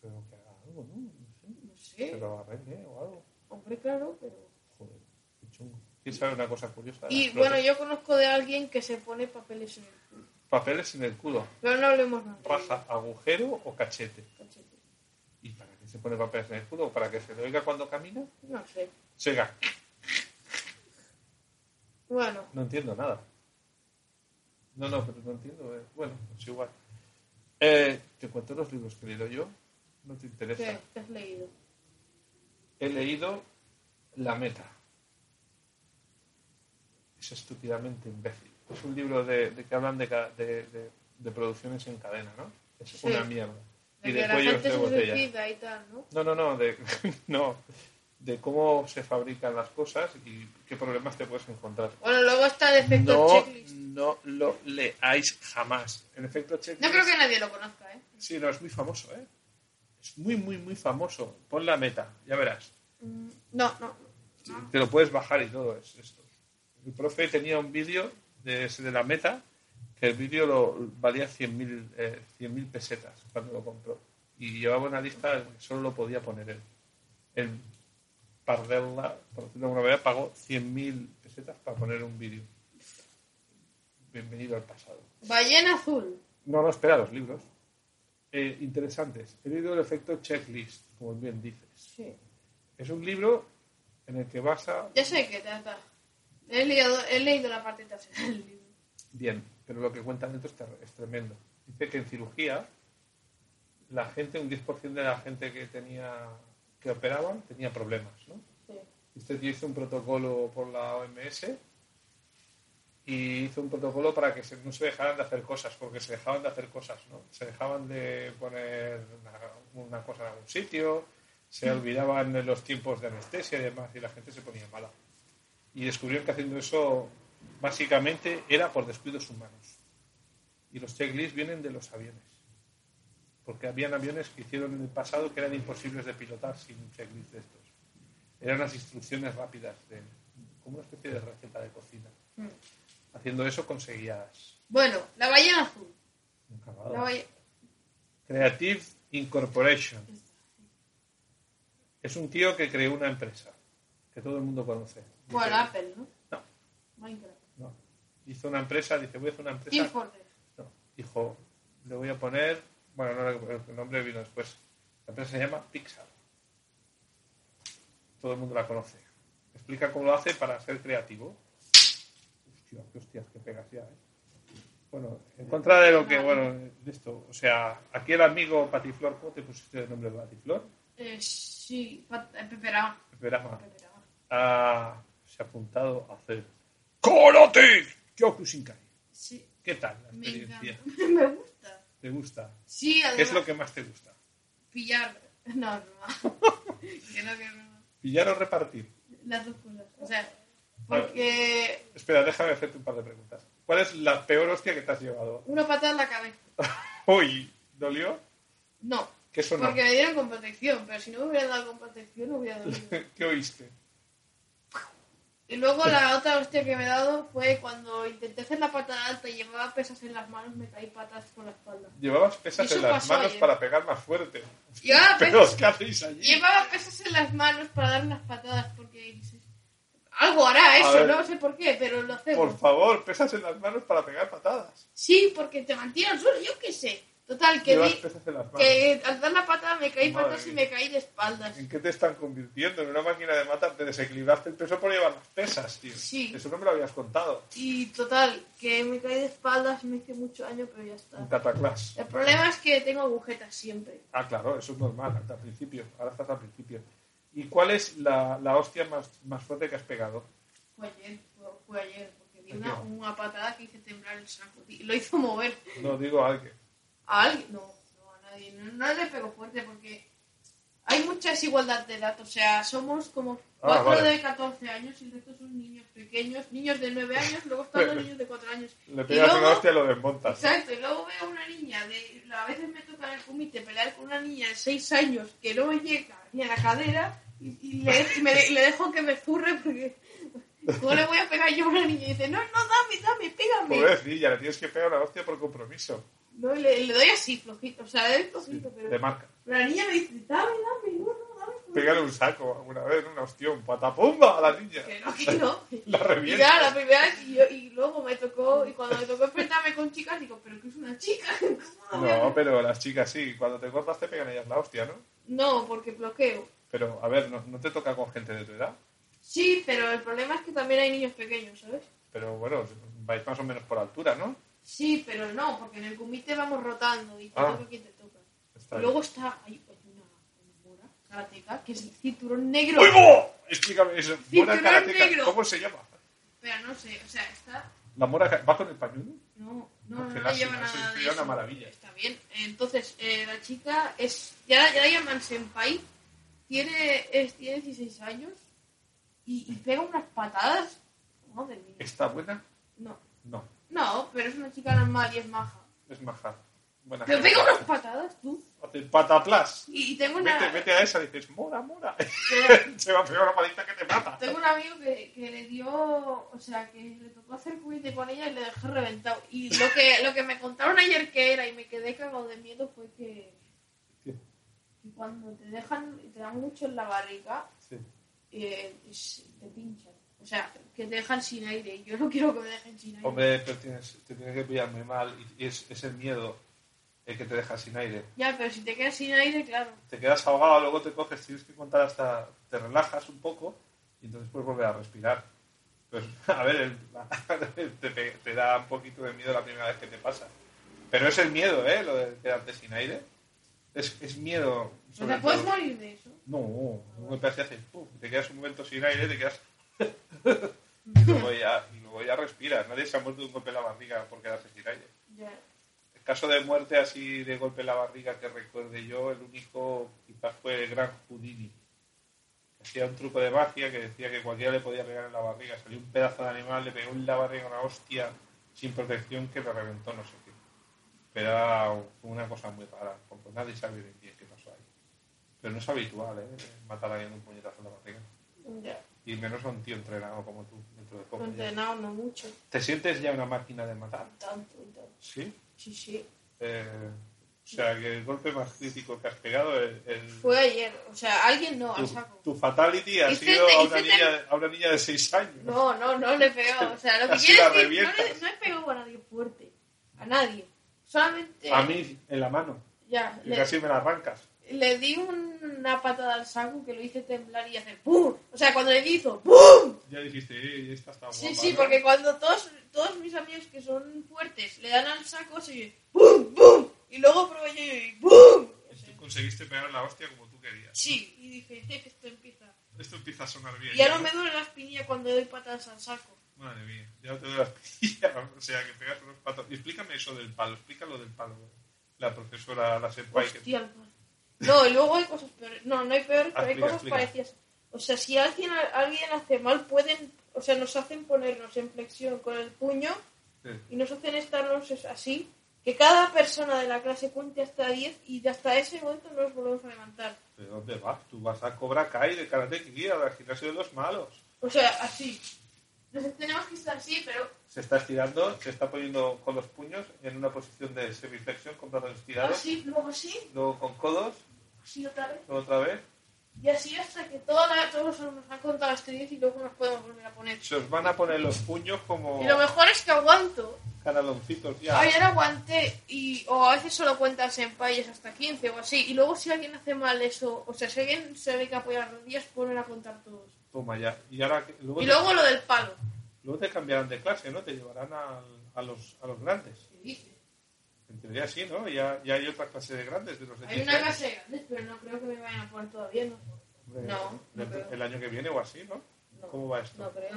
Pero que haga algo, ¿no? No sé.
No sé.
Que lo arregle o algo.
Hombre, claro, pero...
Joder, qué chungo. ¿Quién sabe una cosa curiosa? de
Y
las
bueno,
prótesis?
yo conozco de alguien que se pone papeles en el culo.
Papeles en el culo.
Pero no hablemos más. de
Raja, agujero o cachete.
ello, cachete.
¿Y para qué se pone papeles en el culo? ¿Para que se le oiga cuando camina?
No sé.
Sega.
Bueno,
No entiendo nada. No, no, pero no entiendo. eh. Bueno, es igual. Eh, te cuento los libros que he leído yo. No te interesa.
¿qué, ¿Qué has leído?
He leído La Meta. Es estúpidamente imbécil. Es un libro de, de que hablan de, ca- de- de- de producciones en cadena, ¿no? Es
Sí.
una mierda.
De
Y
que
de
la
cuellos
gente
de
se
botella.
suicida y tal, ¿no?
No, no, no, de, no, de cómo se fabrican las cosas y qué problemas te puedes encontrar.
Bueno, luego está el efecto
No,
checklist.
no lo leáis jamás. El efecto checklist.
No creo que nadie lo conozca, ¿eh?
Sí, no, es muy famoso, ¿eh? Es muy, muy, muy famoso. Pon la meta, ya verás.
Mm, No, no. no.
Te lo puedes bajar y todo es esto. El profe tenía un vídeo de, ese de la meta que el vídeo lo valía 100.000 eh, 100.000 pesetas cuando lo compró. Y llevaba una lista que solo lo podía poner él. El Pardelda, por decirlo de alguna manera, pagó 100.000 pesetas para poner un vídeo. Bienvenido al pasado.
Ballena azul.
No, no, espera, los libros. Eh, interesantes. He leído el efecto checklist, como bien dices.
Sí.
Es un libro en el que vas a
Ya sé qué trata. He leído, he leído la parte trasera del libro.
Bien, pero lo que cuentan dentro es, ter- es tremendo. Dice que en cirugía, la gente, un 10% de la gente que tenía que operaban tenía problemas. ¿no?
Sí.
Este tío hizo un protocolo por la OMS y hizo un protocolo para que se- no se dejaran de hacer cosas, porque se dejaban de hacer cosas, ¿no? Se dejaban de poner una, una cosa en algún sitio, se olvidaban de los tiempos de anestesia y demás, y la gente se ponía mala. Y descubrieron que haciendo eso básicamente era por descuidos humanos. Y los checklists vienen de los aviones. Porque habían aviones que hicieron en el pasado que eran imposibles de pilotar sin un checklist de estos eran unas instrucciones rápidas, de, como una especie de receta de cocina.
Mm.
Haciendo eso conseguías
Bueno, la ballena azul.
un
La
cagado.
balle-
Creative Incorporation. Es un tío que creó una empresa que todo el mundo conoce.
Bueno,
Dice,
Apple, ¿no?
No.
Minecraft.
no. Hizo una empresa, dice, voy a hacer una empresa.
Team Fortress.
No. Dijo, le voy a poner Bueno, no, el nombre vino después. La empresa se llama Pixar. Todo el mundo la conoce. Explica cómo lo hace para ser creativo. Hostia, qué hostias que pegas ya, ¿eh? Bueno, en contra de lo que, bueno, de esto. O sea, aquí el amigo Patiflor, ¿cómo te pusiste el nombre de Patiflor?
Eh, sí, pat- eh, peperao.
Esperaba.
Peperao.
Ah, se ha apuntado a hacer. ¡Karate! Kyoku Shinkai.
Sí,
¿Qué tal la
me
experiencia?
encanta. me gusta.
¿Te gusta?
Sí, además,
¿Qué es lo que más te gusta?
pillar. No, no. que no, que no.
¿Pillar o repartir?
Las dos cosas. O sea, porque
Espera, déjame hacerte un par de preguntas. ¿Cuál es la peor hostia que te has llevado?
una patada en la cabeza.
Uy, ¿dolió?
No,
¿Qué sonó?
porque me dieron con protección, pero si no me hubieran dado con protección, no hubiera dolido.
¿Qué oíste?
Y luego la otra hostia que me he dado fue cuando intenté hacer la patada alta y llevaba pesas en las manos, me caí patas con la espalda.
Llevabas pesas
Eso
en las
pasó
manos
ayer.
para pegar más fuerte.
Llevaba
Pero,
pesas,
¿qué hacéis allí?
llevaba pesas en las manos para dar unas patadas porque dices, algo hará eso,
ver.
no sé por qué, pero lo hacemos.
Por favor, pesas en las manos para pegar patadas.
Sí, porque te mantiene al suelo, yo qué sé. Total, que
Llevas
vi
pesas en las manos.
que al dar la patada me caí
Madre
patas y
mía.
me caí de espaldas.
¿En qué te están convirtiendo? En una máquina de matar. Te desequilibraste el peso por llevar las pesas, tío.
Sí.
Eso no me lo habías contado.
Y total, que me caí de espaldas y me hice mucho daño, pero ya
Un
está.
cataclás.
El problema es que tengo agujetas siempre.
Ah, claro, eso es normal, hasta al principio. Ahora estás al principio. ¿Y cuál es la, la hostia más, más fuerte que has pegado?
Fue ayer, fue, fue ayer, porque di
¿El
una,
qué?
una patada que hice temblar el saco y lo hizo mover
No digo a alguien.
a alguien. No, no a nadie, no, no le pegó fuerte porque hay mucha desigualdad de edad. O sea, somos como
Ah,
4
vale.
de 14 años y el resto son niños pequeños, niños de 9 años, luego están los niños de 4 años.
Le
Y
pegas
luego-
una hostia y lo desmontas.
Exacto, y luego veo a una niña de. A veces me toca en el comité pelear con una niña de 6 años que no me llega ni a la cadera y, y le, y me- y le dejo que me zurre porque. ¿Cómo le voy a pegar yo a una niña? Y dice, no, no, dame, dame, pégame.
Pobrecilla, le tienes que pegar una hostia por compromiso.
No, y le, le doy así, flojito, o sea, le doy flojito,
De
pero.
marca.
Pero la niña me dice, dame, dame, no, no, dame. no".
Pégale un saco alguna vez, una hostión. ¡Patapumba a la niña!
Que no, que no.
La
Y
revienta.
ya, la primera vez, y, yo- y luego me tocó, y cuando me tocó enfrentarme con chicas, digo, pero que es una chica. ¿Cómo voy a
No,
pegar?
pero las chicas sí. Cuando te cortas te pegan ellas la hostia, ¿no?
no, porque bloqueo.
Pero, a ver, no, no te toca con gente de tu edad.
Sí, pero el problema es que también hay niños pequeños, ¿sabes?
Pero bueno, vais más o menos por altura, ¿no?
Sí, pero no, porque en el comité vamos rotando y te
Ah.
toca quien te toca.
Está
Y
bien.
luego está hay una, una mora karateca que es el cinturón negro.
¡Oigo! Explícame eso. Mora
Cinturón
karateka.
negro.
¿Cómo se llama?
Pero no sé, o sea, está.
La mora ka- va con el pañuelo.
No, no, no,
Porque
no
la
lleva
señora se
nada de
inspira
eso.
una maravilla.
Está bien. Entonces, eh, la chica es. Ya, ya la llaman Senpai. Tiene, es, tiene 16 años y, y pega unas patadas. Madre mía.
¿Está buena?
No,
No,
no, pero es una chica normal y es maja.
es maja. Buena
Pero
gente.
pega unas patadas, tú.
Hace pataplas.
Y y tengo una,
Vete, vete a esa, dices, mora, mora.
pero
se va a pegar una palita que te mata.
tengo un amigo que, que le dio, o sea, que le tocó hacer comité con ella y le dejó reventado. Y lo que, lo que me contaron ayer que era y me quedé cagado de miedo fue que,
¿Qué?
que cuando te dejan, te dan mucho en la barriga,
Sí.
eh, es- te pinchan. O sea, que te dejan sin aire. Yo no quiero que me dejen sin aire.
Hombre, pero tienes, te tienes que pillar muy mal y, y es, es el miedo el que te deja sin aire.
Ya, pero si te quedas sin aire, claro.
Te quedas ahogado, luego te coges, tienes que contar hasta... Te relajas un poco y entonces puedes volver a respirar. Pues, a ver, el- te, pe- te da un poquito de miedo la primera vez que te pasa. Pero es el miedo, ¿eh? Lo de quedarte sin aire. Es, es miedo.
No
sobre
te puedes
todo.
morir de eso.
No, un golpe así haces, puf, te quedas un momento sin aire, te quedas. y, luego ya, y luego ya respiras. Nadie se ha muerto de un golpe en la barriga por quedarse sin aire.
Ya.
El caso de muerte así de golpe en la barriga que recuerde yo, el único quizás fue el gran Houdini. Hacía un truco de magia que decía que cualquiera le podía pegar en la barriga. Salió un pedazo de animal, le pegó en la barriga una hostia sin protección que le reventó no sé qué. Pero era una cosa muy rara, porque nadie sabe bien bien qué pasó ahí. Pero no es habitual, ¿eh? Matar a alguien de un puñetazo en la barriga.
Ya.
Y menos a un tío entrenado como tú, dentro de poco.
No he
ya.
entrenado, no mucho.
¿Te sientes ya una máquina de matar?
Tanto y tanto.
Sí.
Sí, sí.
Eh, o sea, que el golpe más crítico que has pegado, el, el-
Fue ayer, o sea, alguien no, al
tu,
saco.
tu fatality ha
Hice-
sido a una,
hice-
niña, de- a una niña de 6 años.
No, no, no le pegó. O sea, lo que
Casi
quiero
la
decir, no, le-
revientas.
no he pegado a nadie fuerte. A nadie. Solamente
A mí, en la mano.
Ya,
Y
le,
casi me la arrancas.
le di una patada al saco que lo hice temblar y hacer ¡pum! O sea, cuando le di hizo ¡pum!
Ya dijiste, eh, esta está guapa.
Sí, sí,
¿no?
porque cuando todos, todos mis amigos que son fuertes le dan al saco, se oye ¡pum! ¡pum! Y luego probé yo y ¡pum! O sea,
Tú conseguiste pegar la hostia como tú querías.
Sí, y dije, "Tío, que esto empieza.
Esto empieza a sonar bien.
Y ahora
¿no?
me duele la espinilla cuando doy patadas al saco.
Madre mía, ya te doy la espilla. O sea, que pegas unos patos. Explícame eso del palo, explícalo del palo. La profesora, la senpai. que-
Hostia, no. No, y luego hay cosas peores. No, no hay peores, pero hay
Ah, Explica,
cosas
explica.
parecidas. O sea, si alguien, alguien hace mal, pueden, o sea, nos hacen ponernos en flexión con el puño
Sí.
y nos hacen estarnos es- así, que cada persona de la clase cuente hasta 10 y hasta ese momento no nos volvemos a levantar.
¿De dónde vas? Tú vas a Cobra Kai de Karate Kid, al gimnasio de los malos.
O sea, así. Nos tenemos que estar así, pero
Se está estirando, se está poniendo con los puños en una posición de semiflexión con brazos estirados,
así, luego así,
luego con codos,
así otra vez.
luego otra vez.
Y así hasta que toda la- todos nos han contado hasta 10 y luego nos podemos volver a poner.
Se os van a poner los puños como
Y lo mejor es que aguanto.
canaloncitos ya.
Ayer aguanté y o a veces solo cuenta el senpai es hasta 15 o así. Y luego si alguien hace mal eso, o sea, si alguien se ve que apoya las rodillas, ponen a contar todos.
Toma ya. Y ahora que- luego,
Y
te-
luego lo del palo.
luego te cambiarán de clase, ¿no? Te llevarán al- a, los, a los grandes.
¿Qué dices?
En teoría sí, ¿no? Ya, ya hay otra clase de grandes de los de
Hay
15
una
años.
clase de grandes, pero no creo que me vayan a poner todavía, ¿no?
Hombre,
No, no
el,
creo.
el año que viene o así, ¿no?
No,
¿Cómo va esto?
No creo.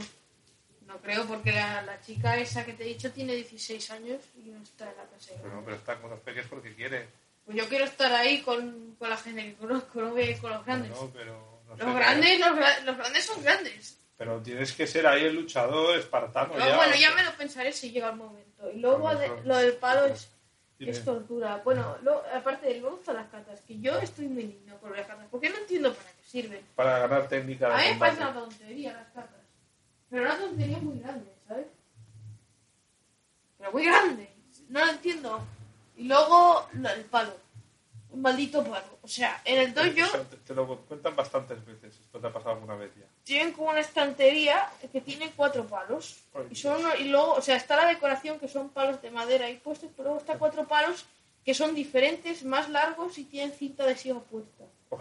No creo porque la, la chica esa que te he dicho tiene 16 años y no está en la clase. de
Pero no,
grandes.
pero está con los peques porque quiere.
Pues yo quiero estar ahí con, con la gente que conozco, no voy a ir con los grandes.
No, pero no
Los
sé,
grandes, los, gra- los grandes son grandes.
Pero tienes que ser ahí el luchador espartano.
Pero bueno, ya me lo pensaré si llega el momento. Y luego
A lo
de-
mejor.
lo del palo es,
Dime.
es tortura. Bueno, lo- aparte del vamos a las catas, que yo estoy muy indigno con las catas, porque no entiendo para qué sirven.
Para ganar técnica de
A mí me
combate.
parece una tontería las catas. Pero una tontería muy grande, ¿sabes? Pero muy grande. No lo entiendo. Y luego lo del palo. Un maldito palo. O sea, en el dojo
Eso Te, te lo cuentan bastantes veces. Esto te ha pasado alguna vez ya.
tienen como una estantería que tiene cuatro palos.
Ay,
Y, son, y luego, o sea, está la decoración que son palos de madera y puestos, pero luego está cuatro palos que son diferentes, más largos y tienen cinta adhesiva puesta.
Uy,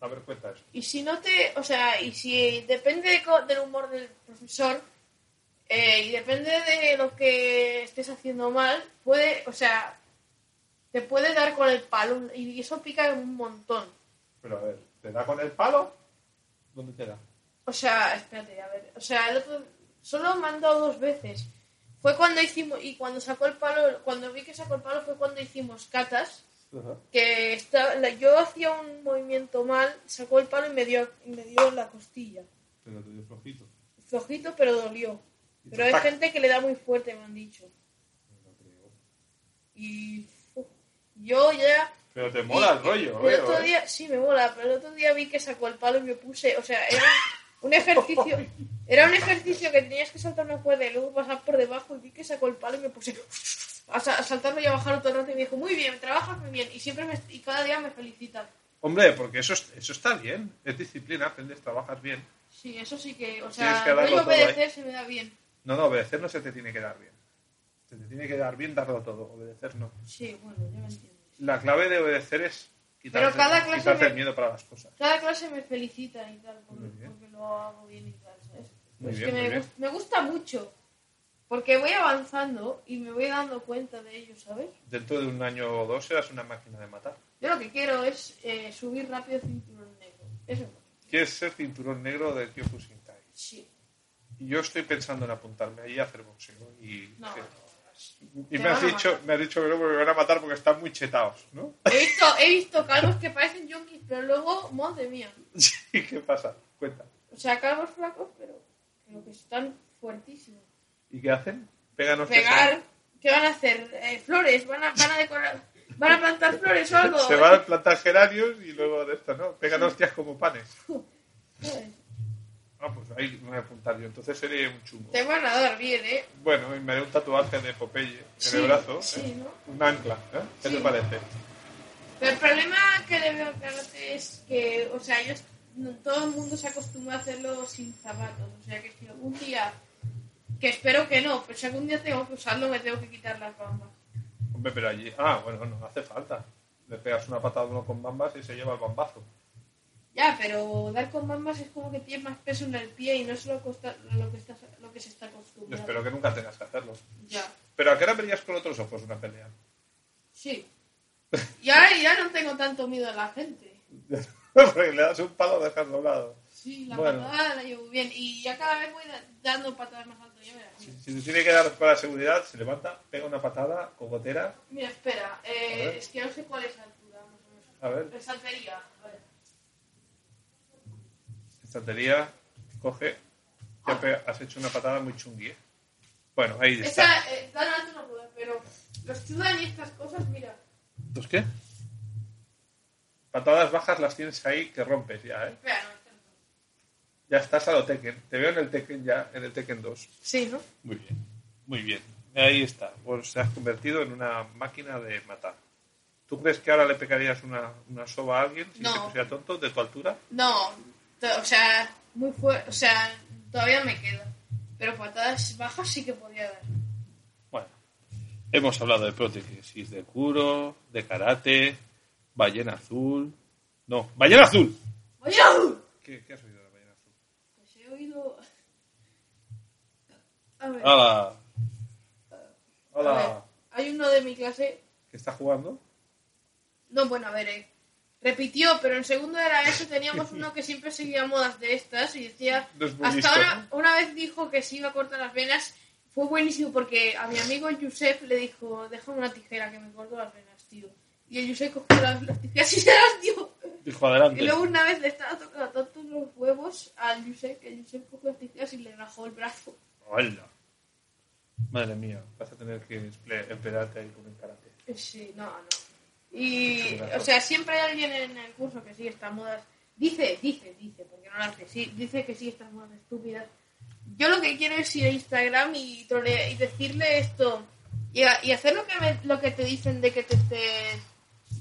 a ver, cuenta eso.
Y si no te, o sea, y si depende de co- del humor del profesor eh, y depende de lo que estés haciendo mal, puede, o sea, te puede dar con el palo y eso pica un montón.
Pero a ver, ¿te da con el palo? ¿Dónde te da?
O sea, espérate, a ver. O sea, el otro solo me han dado dos veces. Fue cuando hicimos, y cuando sacó el palo, cuando vi que sacó el palo fue cuando hicimos catas,
Ajá.
que estaba, la- yo hacía un movimiento mal, sacó el palo y me dio, y me dio la costilla.
Pero te dio flojito.
Flojito, pero dolió.
Y
Pero
te
hay
taca.
gente que le da muy fuerte, me han dicho.
No creo.
Y uf, yo ya...
Pero te mola
y-
el rollo,
El
veo,
otro
¿eh?
día, sí, me mola, pero el otro día vi que sacó el palo y me puse, o sea, era un ejercicio, era un ejercicio que tenías que saltar una cuerda y luego pasar por debajo y vi que sacó el palo y me puse a, sa- a saltarlo y a bajarlo todo el rato y me dijo, muy bien, trabajas muy bien y siempre me, y cada día me felicitan.
Hombre, porque eso, es- eso está bien. Es disciplina, aprendes, trabajas bien.
Sí, eso sí que, o
Tienes
sea,
que darlo
voy a
todo, ¿eh?
obedecer se me da bien.
No, no, obedecer no se te tiene que dar bien. Se te tiene que dar bien darlo todo. Obedecer no.
Sí, bueno, ya me entiendes.
La clave de obedecer es quitarte,
Pero cada clase
quitarte
me-
el miedo para las cosas.
Cada clase me felicita y tal, por-
Muy bien.
porque lo hago bien y tal, ¿sabes?
Muy
Pues
bien,
que
muy
me,
bien.
gust- me gusta mucho, porque voy avanzando y me voy dando cuenta de ello, ¿sabes?
Dentro de un año o dos serás una máquina de matar.
Yo lo que quiero es eh, subir rápido cinturón negro. Eso,
¿Quieres ser cinturón negro del Kyokushinkai?
sí.
Y yo estoy pensando en apuntarme ahí a hacer boxeo. Y,
No.
y
Te
me, has
van a
dicho,
matar.
me has dicho que no porque me van a matar porque están muy chetados, ¿no?
He visto, he visto calvos que parecen yonkis, pero luego, madre mía.
Sí, ¿qué pasa? Cuenta.
O sea, calvos flacos, pero creo que están fuertísimos.
¿Y qué hacen? Péganos que
Pegar, ¿qué van a hacer? Eh, flores, van a, van a decorar, van a plantar flores o algo.
se- Se van a plantar geranios y luego de esto, ¿no? Pegan hostias como panes.
¿Sabes?
Ah, pues ahí me voy a apuntar yo. Entonces seré un chungo.
Te van a dar bien, ¿eh?
Bueno, y me haré un tatuaje de Popeye en
Sí,
el brazo.
sí,
¿eh?
¿no?
Un ancla, ¿eh? ¿Qué
Sí.
te parece?
Pero el problema que le veo al karate es que, o sea, yo, no- todo el mundo se acostumbra a hacerlo sin zapatos. O sea, que si algún día, que espero que no, pero si algún día tengo que usarlo, me tengo que quitar las bambas.
Hombre, pero allí... Ah, bueno, no hace falta. Le pegas una patada a uno con bambas y se lleva el bambazo.
Ya, pero dar con bambas es como que tienes más peso en el pie y no es lo, costa- lo que, estás- lo que se está
Yo
acostumbrado.
espero que nunca tengas que hacerlo.
Ya,
Pero ¿a qué hora verías con otros ojos una pelea?
sí. Y ahora ya no tengo tanto miedo a la gente.
Porque le das un palo a dejarlo a un lado.
Sí, la
Bueno.
patada la llevo bien. Y ya cada vez voy da- dando patadas más alto. Ya verás.
Si, si te tiene que dar para la seguridad, se levanta, pega una patada, cogotera.
Mira, espera.
A ver.
Eh, es que no sé cuál es la altura. Más o menos.
A ver,
Saltería. A ver.
estantería, coge. Ya pega- has hecho una patada muy chungui. ¿eh? Bueno, ahí está.
Esa, eh, tan alto no puedo, pero los chudan y estas cosas, mira.
¿Los qué? Patadas bajas las tienes ahí que rompes ya, ¿eh?
Espera, no, espera.
Ya estás a lo Tekken. Te veo en el Tekken ya, en el Tekken 2.
Sí, ¿no?
Muy bien, muy bien. Ahí está. Pues te has convertido en una máquina de matar. ¿Tú crees que ahora le pegarías una, una soba a alguien si
No.
se pusiera tonto de tu altura?
No, to- o sea, muy fuerte, o sea, todavía me queda. Pero patadas bajas sí que podría dar.
Bueno, hemos hablado de prótesis de Kuro, de karate, ballena azul. No, ballena azul.
¡Oye!
¿Qué, qué has oído de la ballena azul?
Pues he oído. A ver.
¡Hala!
a ver,
¡Hala!
Hay uno de mi clase.
¿Qué está jugando?
No, bueno, a ver, eh. Repitió, pero en segundo de la ESO teníamos uno que siempre seguía modas de estas y decía.
No es muy
Hasta
Pues listo,
ahora, una vez dijo que se iba a cortar las venas. Fue buenísimo porque a mi amigo Josep le dijo: Déjame una tijera que me corto las venas, tío. Y el Josep cogió las, las tijeras y se las dio.
Dijo
Y
adelante.
luego una vez le estaba tocando tantos los huevos al Josep que el Josep cogió las tijeras y le rajó el brazo.
¡Hala! Madre mía, vas a tener que esple- esperarte ahí con el karate.
Sí, no, no. Y,
Mucho brazo.
o sea, siempre hay alguien en el curso que sigue estas modas. Dice, dice, dice, porque no lo hace. Sí, dice que sigue estas modas estúpidas. Yo lo que quiero es ir a Instagram y, trole- y decirle esto. Y, a- y hacer lo que, me- lo que te dicen de que te, te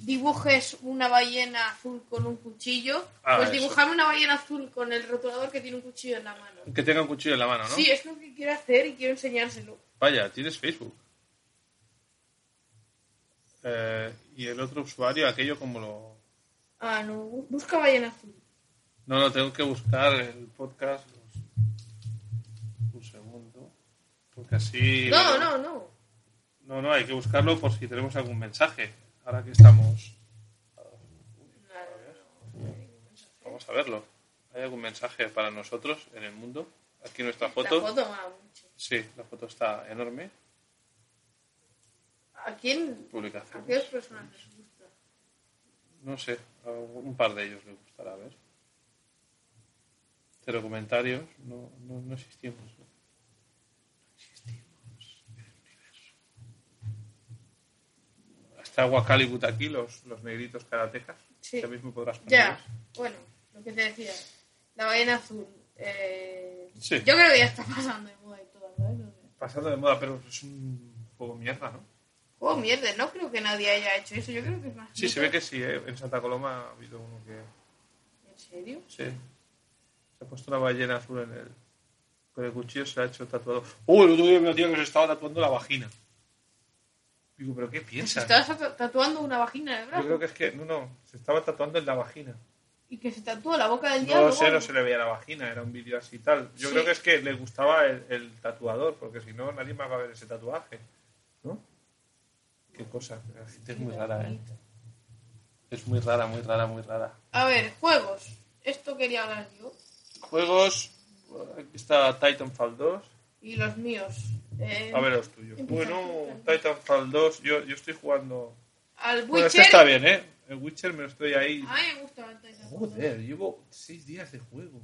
dibujes una ballena azul con un cuchillo.
Ah,
pues
eso.
dibujarme una ballena azul con el rotulador que tiene un cuchillo en la mano.
Que tenga un cuchillo en la mano, ¿no?
Sí, es lo que quiero hacer y quiero enseñárselo.
Vaya, tienes Facebook. Eh, y el otro usuario, aquello como lo...
Ah, no, bu- busca ballena azul.
No, no, tengo que buscar el podcast. Un segundo. Porque así...
No, no, no.
No, no, hay que buscarlo por si tenemos algún mensaje. Ahora que estamos... Vamos a verlo. ¿Hay algún mensaje para nosotros en el mundo? Aquí nuestra
La
foto.
foto mola mucho.
Sí, la foto está enorme.
¿A quién? ¿A
Publicación.
qué personas les gusta?
No sé, a un par de ellos les gustará ver. Cero comentarios, no, no, no existimos. ¿no? Hasta Wakali aquí, los, los negritos karatecas.
Sí.
Ya mismo podrás ponerlos.
Ya, bueno, lo que te decía. La ballena azul. Eh,
Sí.
Yo creo que ya está pasando de moda y todo, ¿verdad?
Pasando de moda, pero es un juego mierda, ¿no?
Oh, mierda, no creo que nadie haya hecho eso. Yo creo que es más.
Sí, se ve que sí, ¿eh? en Santa Coloma ha habido uno que.
¿En serio?
Sí. Se ha puesto una ballena azul en el. Con el cuchillo se ha hecho tatuado. ¡Uy! el otro día me lo tío que se estaba tatuando la vagina. Digo, ¿pero qué
Se
piensas?
estaba tatu- Pues tatuando una vagina en el
Yo
brazo
creo que es que. No, no. Se estaba tatuando en la vagina.
y que se tatuó la boca del diablo.
No sé,
bueno.
no se le veía la vagina. Era un vídeo así y tal. Yo
Sí.
creo que es que le gustaba el, el tatuador, porque si no, nadie más va a ver ese tatuaje. ¿No? Qué cosa. La gente es muy rara, ¿eh? Es muy rara, muy rara, muy rara.
A ver, juegos. Esto quería hablar yo.
Juegos. Aquí está Titanfall 2.
Y los míos. Eh,
A ver los tuyos.
Empieza.
Bueno, Titanfall 2, yo, yo estoy jugando.
Al
Bueno, este
Witcher.
está bien, ¿eh? El Witcher me lo estoy ahí.
A mí me gusta bastante esa foto.
Joder, llevo 6 días de juego.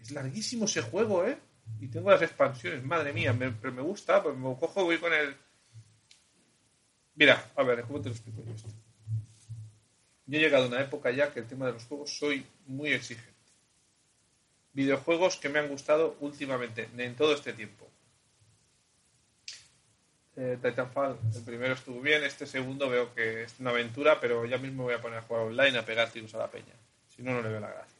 Es larguísimo ese juego, ¿eh? Y tengo las expansiones, madre mía, me- pero me gusta, pues me lo cojo, voy con el. Mira, a ver, ¿cómo te lo explico yo esto? Yo he llegado a una época ya que el tema de los juegos soy muy exigente. Videojuegos que me han gustado últimamente, en todo este tiempo. Eh, Titanfall, el primero estuvo bien, este segundo veo que es una aventura, pero ya mismo voy a poner a jugar online a pegar tiros a la peña. Si no, no le veo la gracia.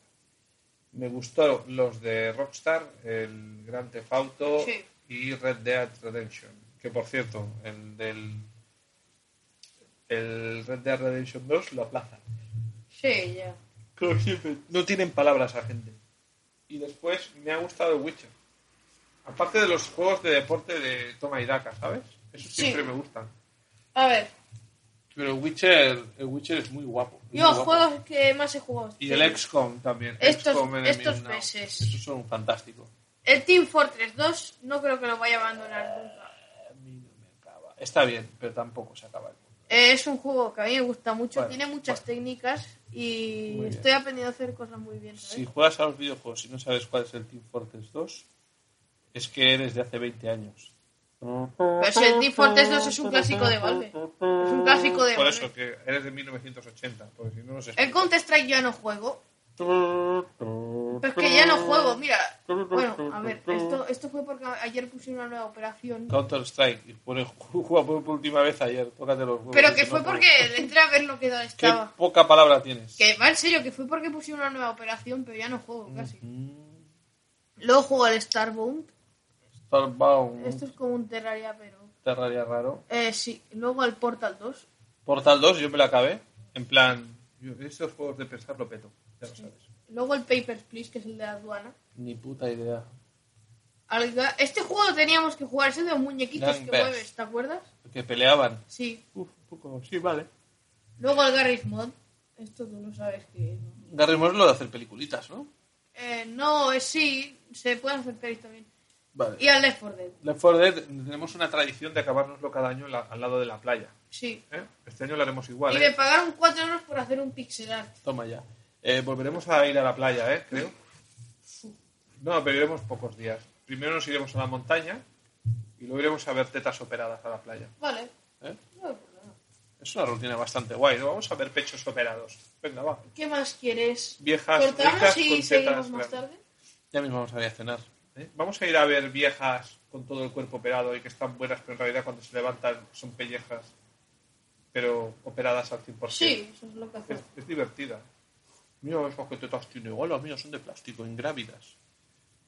Me gustó los de Rockstar, el Gran Theft Auto
Sí.
y Red Dead Redemption. Que por cierto, el del el Red Dead Redemption 2 lo aplazan.
Sí, ya.
Como siempre, no tienen palabras a gente. Y después me ha gustado el Witcher. Aparte de los juegos de deporte de toma y daca, ¿sabes? Eso
Sí.
siempre me gustan.
A ver,
Pero el Witcher, el Witcher es muy guapo. es
yo
muy guapo.
juegos que más he jugado.
Y el XCOM también.
Estos-
XCOM Enemy
estos
Unknown.
meses.
Esos son fantásticos.
El Team Fortress 2 no creo que lo vaya a abandonar nunca.
A mí no me acaba. Está bien, pero tampoco se acaba el mundo.
Eh, Es un juego que a mí me gusta mucho,
Bueno,
tiene muchas
bueno.
técnicas
Muy
y
bien.
estoy aprendiendo a hacer cosas muy bien. ¿sabes?
Si juegas a los videojuegos y no sabes cuál es el Team Fortress 2, es que eres de hace 20 años. Pero
si el Team Fortress 2 es un clásico de Valve. Es un clásico de
Por
Valve.
eso, que eres de 1980, porque si no, no sé.
El Counter-Strike ya no juego, pero es que ya no juego, mira. Bueno, a ver, esto, esto fue porque ayer puse una nueva operación.
Counter-Strike, y pone- juega por última vez ayer, tócate los huevos.
Pero que
no
fue
puedo.
porque le entré a ver lo que tal
Qué
estaba.
poca palabra tienes.
Que va en serio, que fue porque puse una nueva operación, pero ya no juego casi.
Mm,
Luego juego al Starbound.
Starbound,
Esto es como un Terraria, pero.
Terraria raro.
Eh, sí, luego al Portal 2.
Portal 2 yo me la acabé. En plan, yo, estos juegos de pensar lo peto, ya lo sabes.
Luego el Papers, Please, que es el de la aduana.
Ni puta idea.
Al ga- Este juego lo teníamos que jugar, ese de los muñequitos
Gang
que
Bears.
mueves, ¿te acuerdas?
Que peleaban.
Sí.
Uf, un poco. Sí, vale.
Luego el Garry's Mod. Esto tú no sabes qué es, ¿no?
Gary Moore es lo de hacer peliculitas, ¿no?
Eh, no, eh, sí, se pueden hacer pelis también.
Vale.
Y al Left 4 Dead.
Left 4 Dead, tenemos una tradición de acabárnoslo cada año en la- al lado de la playa.
Sí.
¿eh? Este año lo haremos igual.
Y me
¿eh?
pagaron 4 euros por hacer un pixel art.
Toma ya. Eh, volveremos a ir a la playa, ¿eh? Creo. No, pero iremos pocos días. Primero nos iremos a la montaña y luego iremos a ver tetas operadas a la playa.
Vale.
¿eh?
No hay problema.
Es una rutina bastante guay, ¿no? Vamos a ver pechos operados. Venga, va.
¿Qué más quieres?
Viejas ricas
¿Cortamos
con
y
tetas
seguimos más
grandes.
tarde?
Ya mismo vamos a ir a cenar. ¿eh? Vamos a ir a ver viejas con todo el cuerpo operado y que están buenas, pero en realidad cuando se levantan son pellejas, pero operadas al 100%.
Sí, eso es lo que
Es,
hacemos.
es divertida. Mira esas que tetas tiene. Hola, mira, son de plástico, ingrávidas.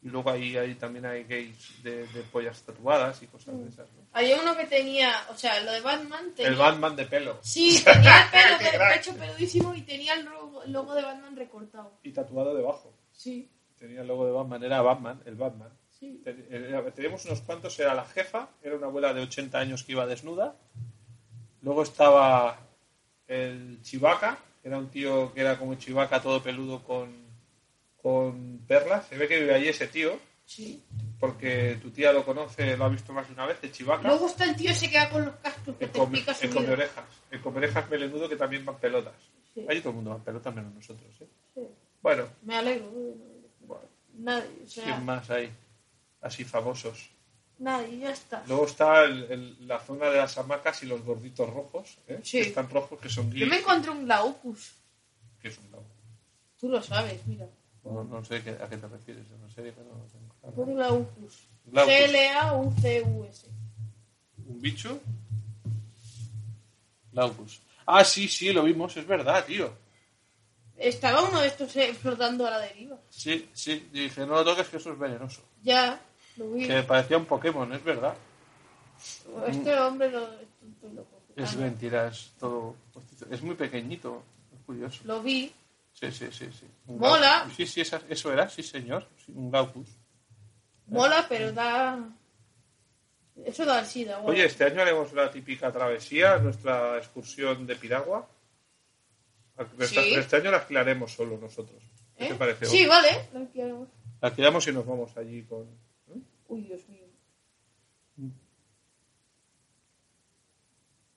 Y luego ahí, ahí también hay gays de, de pollas tatuadas y cosas de esas. ¿no?
Había uno que tenía, o sea, lo de Batman Mm. tenía...
El Batman de pelo.
Sí, tenía el pelo,
Qué
el
crack.
pecho peludísimo y tenía el logo, logo de Batman recortado.
Y tatuado debajo.
Sí,
Tenía el logo de Batman. Era Batman, el Batman.
sí.
Ten- era- Teníamos unos cuantos, era la jefa, era una abuela de 80 años que iba desnuda. Luego estaba el Chivaca, que era un tío que era como Chivaca todo peludo con, con perlas. Se ve que vive allí ese tío,
Sí.
porque tu tía lo conoce, lo ha visto más de una vez, el Chivaca.
Luego está el tío ese que va con los cascos que
El
te
come,
pica
el
su
come orejas, el come orejas melenudo que también van pelotas.
Sí.
Allí todo el mundo va en pelotas menos nosotros. ¿eh?
Sí.
Bueno,
Me alegro. bueno,
bueno,
Nadie, o sea,
¿quién más hay? Así famosos.
nadie, ya está.
Luego está el- el- la zona de las hamacas y los gorditos rojos, ¿eh?
Sí.
que están rojos, que son
Yo
gris,
me encontré un Glaucus.
que es un lobo.
Tú lo sabes, mira.
No, no sé qué- a qué te refieres, no sé, pero no tengo claro.
Un Glaucus.
Glaucus.
G-L-A-U-C-U-S.
¿Un bicho? Laucus. Ah, sí, sí, lo vimos, es verdad, tío.
Estaba uno de estos eh, flotando a la deriva.
Sí, sí, y dije, no lo toques que eso es venenoso.
Ya, lo vi.
Que parecía un Pokémon, es verdad.
Este hombre lo, es tonto y lo coge. Ah,
Es
no.
mentira, es todo. Es muy pequeñito, es curioso.
Lo vi.
Sí, sí, sí. sí. Un
Mola.
Glaucus. Sí, sí, esa- eso era, sí, señor. sí, un Glaucus.
Mola, pero da. Eso da el sida, guau.
Oye, este año haremos la típica travesía, nuestra excursión de piragua. Este,
Sí.
este año la alquilaremos solo nosotros. ¿Qué
¿Eh?
te parece?
Sí, vale. lo quiero.
La alquilamos y nos vamos allí con... ¿eh?
Uy, Dios mío.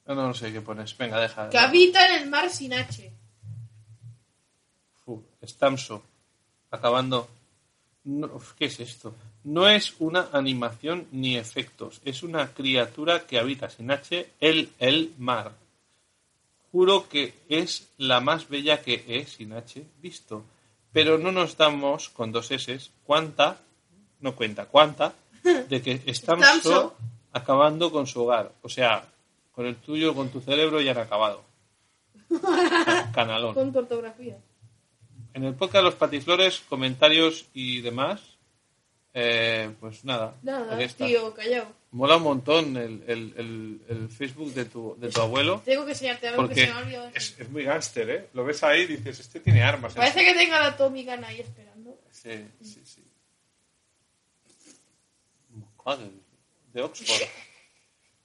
No, no sé qué pones. Venga, deja.
Que habita en el mar sin H.
Fu, Stamso. Acabando. No, uf, ¿Qué es esto? No es una animación ni efectos. Es una criatura que habita sin H el, el mar. Juro que es la más bella que he sin H visto. Pero no nos damos con dos S cuánta, no cuenta, cuánta, de que estamos
Stamso.
acabando con su hogar. O sea, con el tuyo, con tu cerebro ya han acabado. Can- Canalón.
Con tu ortografía.
En el podcast Los Patiflores, comentarios y demás, eh, eh, pues nada.
Nada,
aquí está.
tío, callado.
Mola un montón el, el- el- el Facebook de tu, de tu abuelo.
Tengo que enseñarte algo que
Porque
se me ha olvidado.
es, es muy gángster, ¿eh? Lo ves ahí y dices, este tiene armas. este".
Parece que tenga la Tommy Gana ahí esperando.
Sí, sí, sí. Madre, de Oxford.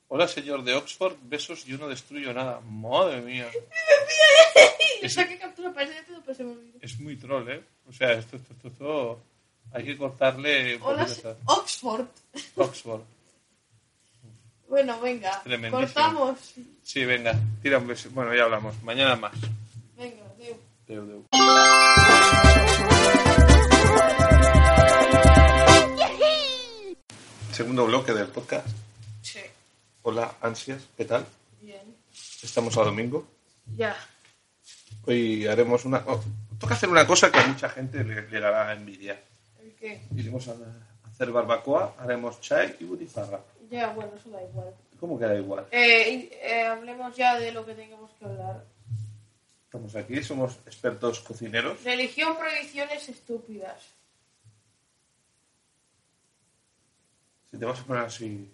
Hola, señor de Oxford. Besos, yo no destruyo nada. Madre mía.
Y
Es-
saqué captura para ese método, pero se me olvidó.
Es muy troll, ¿eh? O sea, esto, esto, esto, esto hay que cortarle un
Hola,
poquito
Oxford.
esta- Oxford.
Bueno, venga,
Tremendísimo.
cortamos.
Sí, venga, tira un beso. Bueno, ya hablamos. Mañana más.
Venga, adiós.
Deu, deu. Segundo bloque del podcast.
Sí,
Hola, ansias, ¿qué tal?
bien.
Estamos a domingo.
Ya.
Hoy haremos una. oh, toca hacer una cosa que a mucha gente le, le dará envidia.
¿El qué?
Iremos a a hacer barbacoa, haremos chai y butifarra.
Ya, bueno, eso da igual.
¿Cómo queda igual?
Eh, y- eh, hablemos ya de lo que tengamos que hablar.
Estamos aquí, somos expertos cocineros.
Religión, prohibiciones estúpidas.
Si te vas a poner así.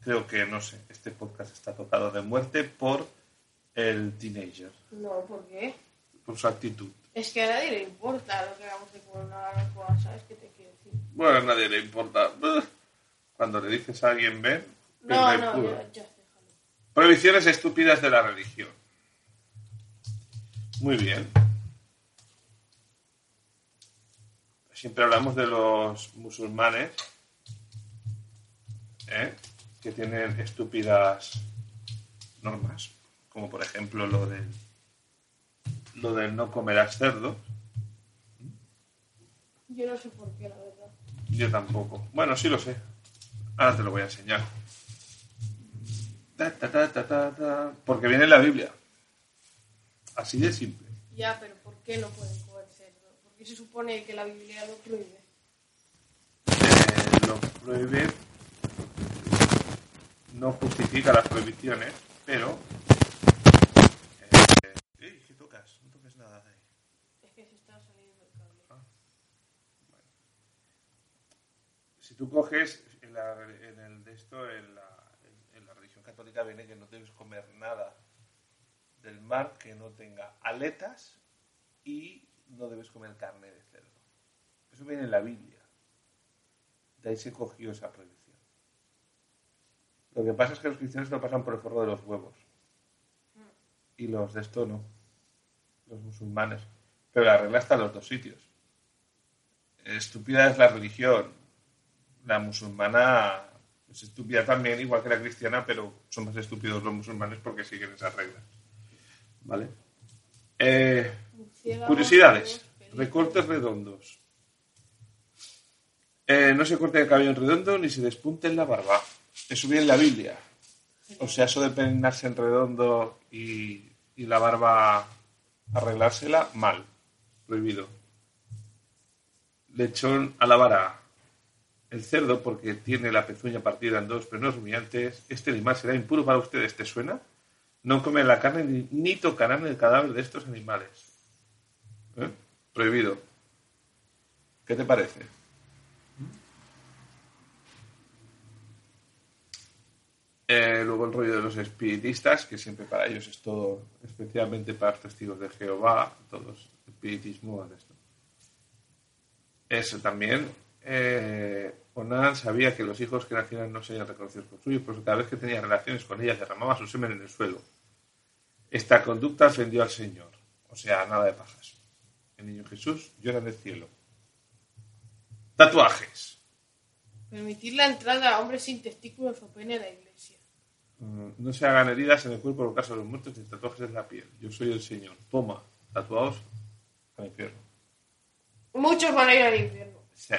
Creo que, no sé, este podcast está tocado de muerte por el teenager,
No, ¿por qué?
por su actitud.
Es que a nadie le importa lo que hagamos de comer una barbacoa, ¿sabes qué te quiero decir?
Bueno, a nadie le importa. Buh. Cuando le dices a alguien, ven,
No,
pierde el
no,
culo.
ya, ya, déjalo.
Prohibiciones estúpidas de la religión. Muy bien. Siempre hablamos de los musulmanes ¿eh? que tienen estúpidas normas, como por ejemplo lo del lo del no comerás cerdo.
Yo no sé por qué, la verdad.
Yo tampoco. Bueno, sí lo sé. Ahora te lo voy a enseñar. Ta, ta, ta, ta, ta, ta. Porque viene en la Biblia. Así de simple.
Ya, pero ¿por qué no pueden comer cerdo? Porque se supone que la Biblia lo prohíbe.
Eh, lo prohíbe. No justifica las prohibiciones, pero. eh, ¡Ey! ¿Qué tocas? No toques nada de ahí.
Es que se está saliendo el cable.
Ah. si tú coges en, la- en el de esto, en la, en- en la religión católica viene que no debes comer nada del mar que no tenga aletas y no debes comer carne de cerdo. Eso viene en la Biblia. De ahí se cogió esa prohibición. Lo que pasa es que los cristianos lo pasan por el forro de los huevos. Y los de esto no. Los musulmanes. Pero la regla está en los dos sitios. Estúpida es la religión, la musulmana es estúpida también, igual que la cristiana, pero son más estúpidos los musulmanes porque siguen esas reglas. ¿Vale? Eh,
Murciélagos,
curiosidades.
huevos, pelín.
Recortes redondos. Eh, no se corte el cabello en redondo ni se despunte en la barba. Eso viene en la Biblia. O sea, eso de peinarse en redondo y, y la barba arreglársela, mal. Prohibido. Lechón a la vara. El cerdo, porque tiene la pezuña partida en dos, pero no rumiantes, este animal será impuro para ustedes. ¿Te suena? No comen la carne ni, ni tocarán el cadáver de estos animales. ¿Eh? Prohibido. ¿Qué te parece? Eh, luego el rollo de los espiritistas, que siempre para ellos es todo, especialmente para los testigos de Jehová, todos espiritismo de esto. Eso también. Eh, Onan sabía que los hijos que nacieran no serían reconocidos por suyos, por eso cada vez que tenía relaciones con ellas derramaba su semen en el suelo. Esta conducta ofendió al Señor. O sea, nada de pajas. El niño Jesús llora en el cielo. Tatuajes.
Permitir la entrada a hombres sin testículos o pene a la iglesia.
Mm, No se hagan heridas en el cuerpo en el caso de los muertos ni tatuajes en la piel. Yo soy el Señor. Toma, tatuados al infierno.
Muchos van a ir al infierno.
Sí.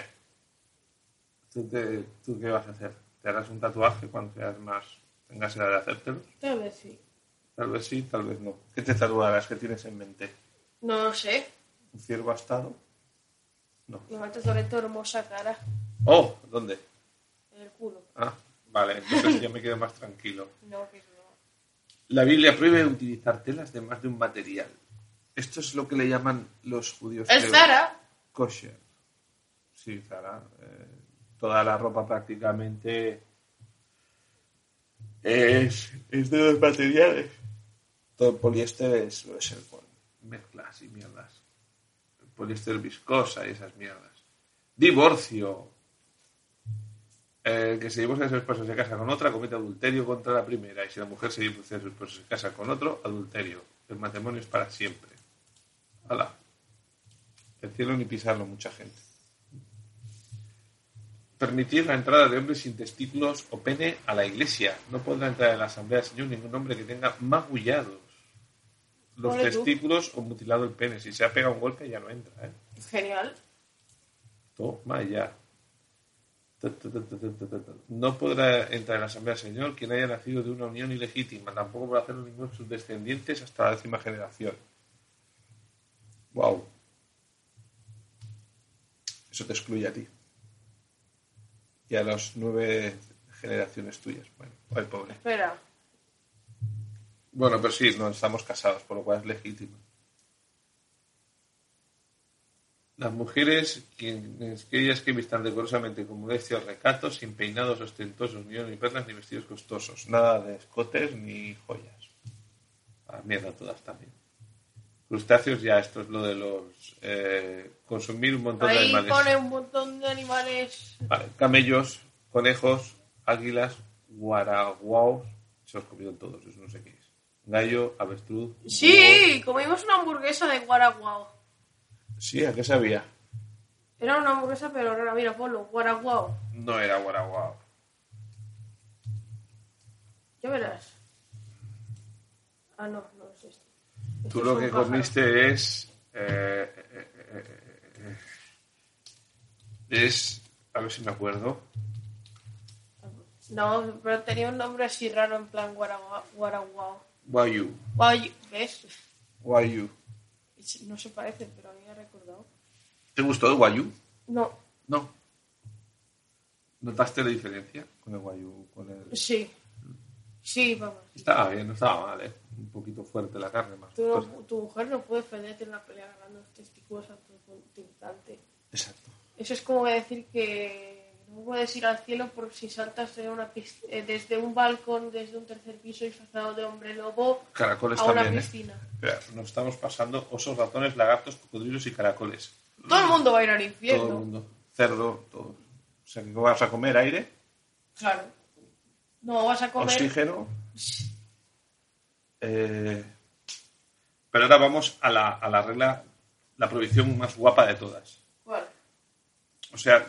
¿Tú, te- tú qué vas a hacer? ¿Te harás un tatuaje cuando seas más... tengas edad de hacértelo?
Tal vez sí.
Tal vez sí, tal vez no. ¿Qué te tatuarás? ¿Qué tienes en mente?
No lo sé.
¿Un ciervo astado? No.
Me va a tatuar esta hermosa cara
¡Oh! ¿Dónde?
en el culo.
Ah, vale. Entonces ya me quedo más tranquilo.
No, que no.
La Biblia prohíbe utilizar telas de más de un material. Esto es lo que le llaman los judíos.
El
creo,
Zara.
Kosher. Sí, Zara. eh, toda la ropa prácticamente es, es de los materiales. Todo el poliéster es, suele ser con mezclas y mierdas. El poliéster viscosa y esas mierdas. Divorcio. El que se divorcia de su esposo se casa con otra, comete adulterio contra la primera. Y si la mujer se divorcia de su esposo se casa con otro, adulterio. El matrimonio es para siempre. Hala. El cielo ni pisarlo mucha gente. Permitir la entrada de hombres sin testículos o pene a la iglesia. No podrá entrar en la asamblea del Señor ningún hombre que tenga magullados los
Ole tú.
testículos o mutilado el pene. Si se ha pegado un golpe ya no entra. ¿eh?
Genial.
Toma ya. Ta, ta, ta, ta, ta, ta, ta, ta. No podrá entrar en la Asamblea del Señor quien haya nacido de una unión ilegítima, tampoco podrá hacerlo ninguno de sus descendientes hasta la décima generación. Wow. Eso te excluye a ti. Y a las nueve generaciones tuyas. Bueno, ay, pobre.
Espera.
Bueno, pero sí, no estamos casados, por lo cual es legítimo. Las mujeres, quienes aquellas que vistan decorosamente con modestia o recato, sin peinados ostentosos, ni oro, ni perlas, ni vestidos costosos, nada de escotes ni joyas. A la mierda todas también. Crustáceos ya, esto es lo de los... eh, consumir un montón de
Ahí
animales.
pone un montón de animales.
Vale, camellos, conejos, águilas, guaraguaos, se los comieron todos, eso no sé qué es. Gallo, avestruz. búho.
Sí, comimos una hamburguesa de guaraguao.
Sí, ¿a qué sabía?
Era una hamburguesa, pero no era, mira, ponlo, guaraguao.
No era guaraguao.
Ya verás. Ah, no, no es esto. Esto
Tú
es
lo
un
que
pájaro.
comiste es. eh, eh, eh, eh, eh, es. A ver si me acuerdo.
No, pero tenía un nombre así raro, en plan guaragua- guaraguao.
Guayu.
Guay, ¿ves?
Guayu.
No se parece, pero a mí me ha recordado.
¿Te gustó el guayu?
No,
No. ¿Notaste la diferencia con el guayu? Con el...
sí. Sí, vamos.
Estaba bien, no estaba mal, ¿eh? Un poquito fuerte la carne más.
Tú no-
gustosa.
tu mujer no puede defenderte en una pelea agarrando los testículos a tu contrincante.
Exacto.
Eso es como decir que no puedes ir al cielo por si saltas de una pis- eh, desde un balcón, desde un tercer piso disfrazado de hombre lobo
Caracoles
a una
también, ¿eh?
piscina.
Espera, Nos estamos pasando osos, ratones, lagartos, cocodrilos y caracoles.
Todo el mundo va a ir al infierno.
Todo el mundo. Cerdo, todo. O sea, que vas a comer aire,
Claro. No vas a comer.
oxígeno. Eh, pero ahora vamos a la, a la regla, la prohibición más guapa de todas.
¿Cuál?
O sea,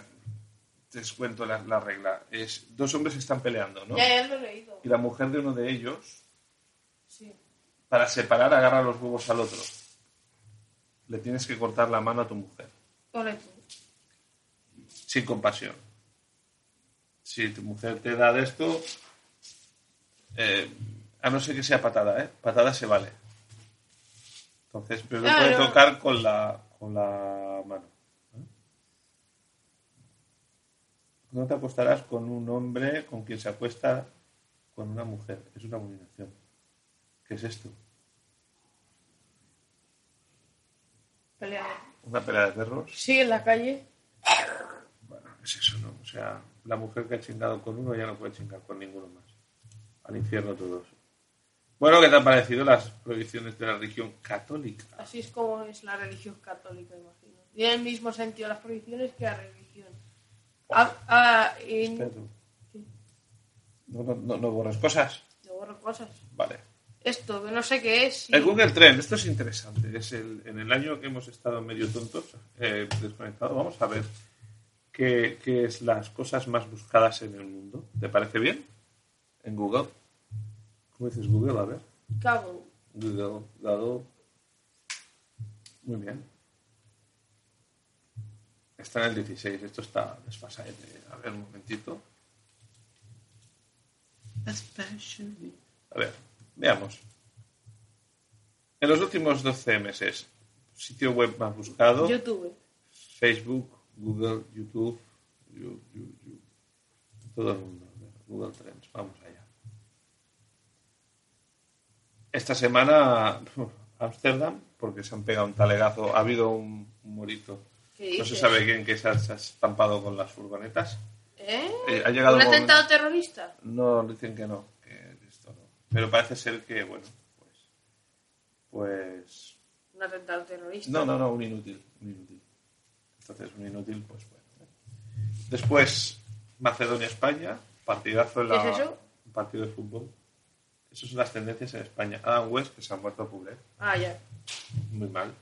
te cuento la, la regla. Es dos hombres están peleando, ¿no?
Ya, ya lo he leído.
Y la mujer de uno de ellos,
Sí.
para separar, agarra los huevos al otro. Le tienes que cortar la mano a tu mujer.
Ole tú.
sin compasión. Si tu mujer te da de esto, eh, a no ser que sea patada, ¿eh? Patada se vale. Entonces, pero no
Claro.
puede tocar con la, con la mano. ¿eh? No te acostarás con un hombre con quien se acuesta con una mujer. Es una abominación. ¿Qué es esto?
Pelea.
¿Una pelea de perros?
Sí, en la calle.
Bueno, es eso, ¿no? O sea, la mujer que ha chingado con uno ya no puede chingar con ninguno más. Al infierno todos. Bueno, ¿qué te han parecido las prohibiciones de la religión católica?
Así es como es la religión católica, imagino. Tiene el mismo sentido las prohibiciones que la religión. Ah, ah, en-
Pedro,
¿Qué?
No, no, no, no borras cosas.
Yo borro cosas.
Vale.
Esto, que no sé qué es. y-
El Google Trend, esto es interesante. Es el, en el año que hemos estado medio tontos, eh, desconectados, vamos a ver qué, qué es las cosas más buscadas en el mundo. ¿Te parece bien? En Google. ¿Cómo dices Google? A ver.
Cago.
Google, dado. Muy bien. Está en el 16, esto está desfasado. A ver, un momentito. A ver, veamos. En los últimos 12 meses, sitio web más buscado,
YouTube.
Facebook, Google, YouTube, you- you- you- todo el mundo. A ver, Google Trends, vamos allá. Esta semana, Ámsterdam, porque se han pegado un talegazo, ha habido un, un morito
¿Qué dices?
No se sabe quién que se ha, se ha estampado con las furgonetas.
¿Eh?
Eh, ha llegado
¿Un
un momento-
atentado terrorista?
No, dicen que no, que esto no. Pero parece ser que, bueno, pues. Pues.
Un atentado terrorista.
No, no, no, un inútil. Un inútil. Entonces, un inútil, pues bueno. eh. Después, Macedonia-España, partidazo en la.
¿Qué es eso?
un partido de fútbol. Esas son las tendencias en España. Adam West, que se ha muerto pobre,
Ah, ya.
muy mal.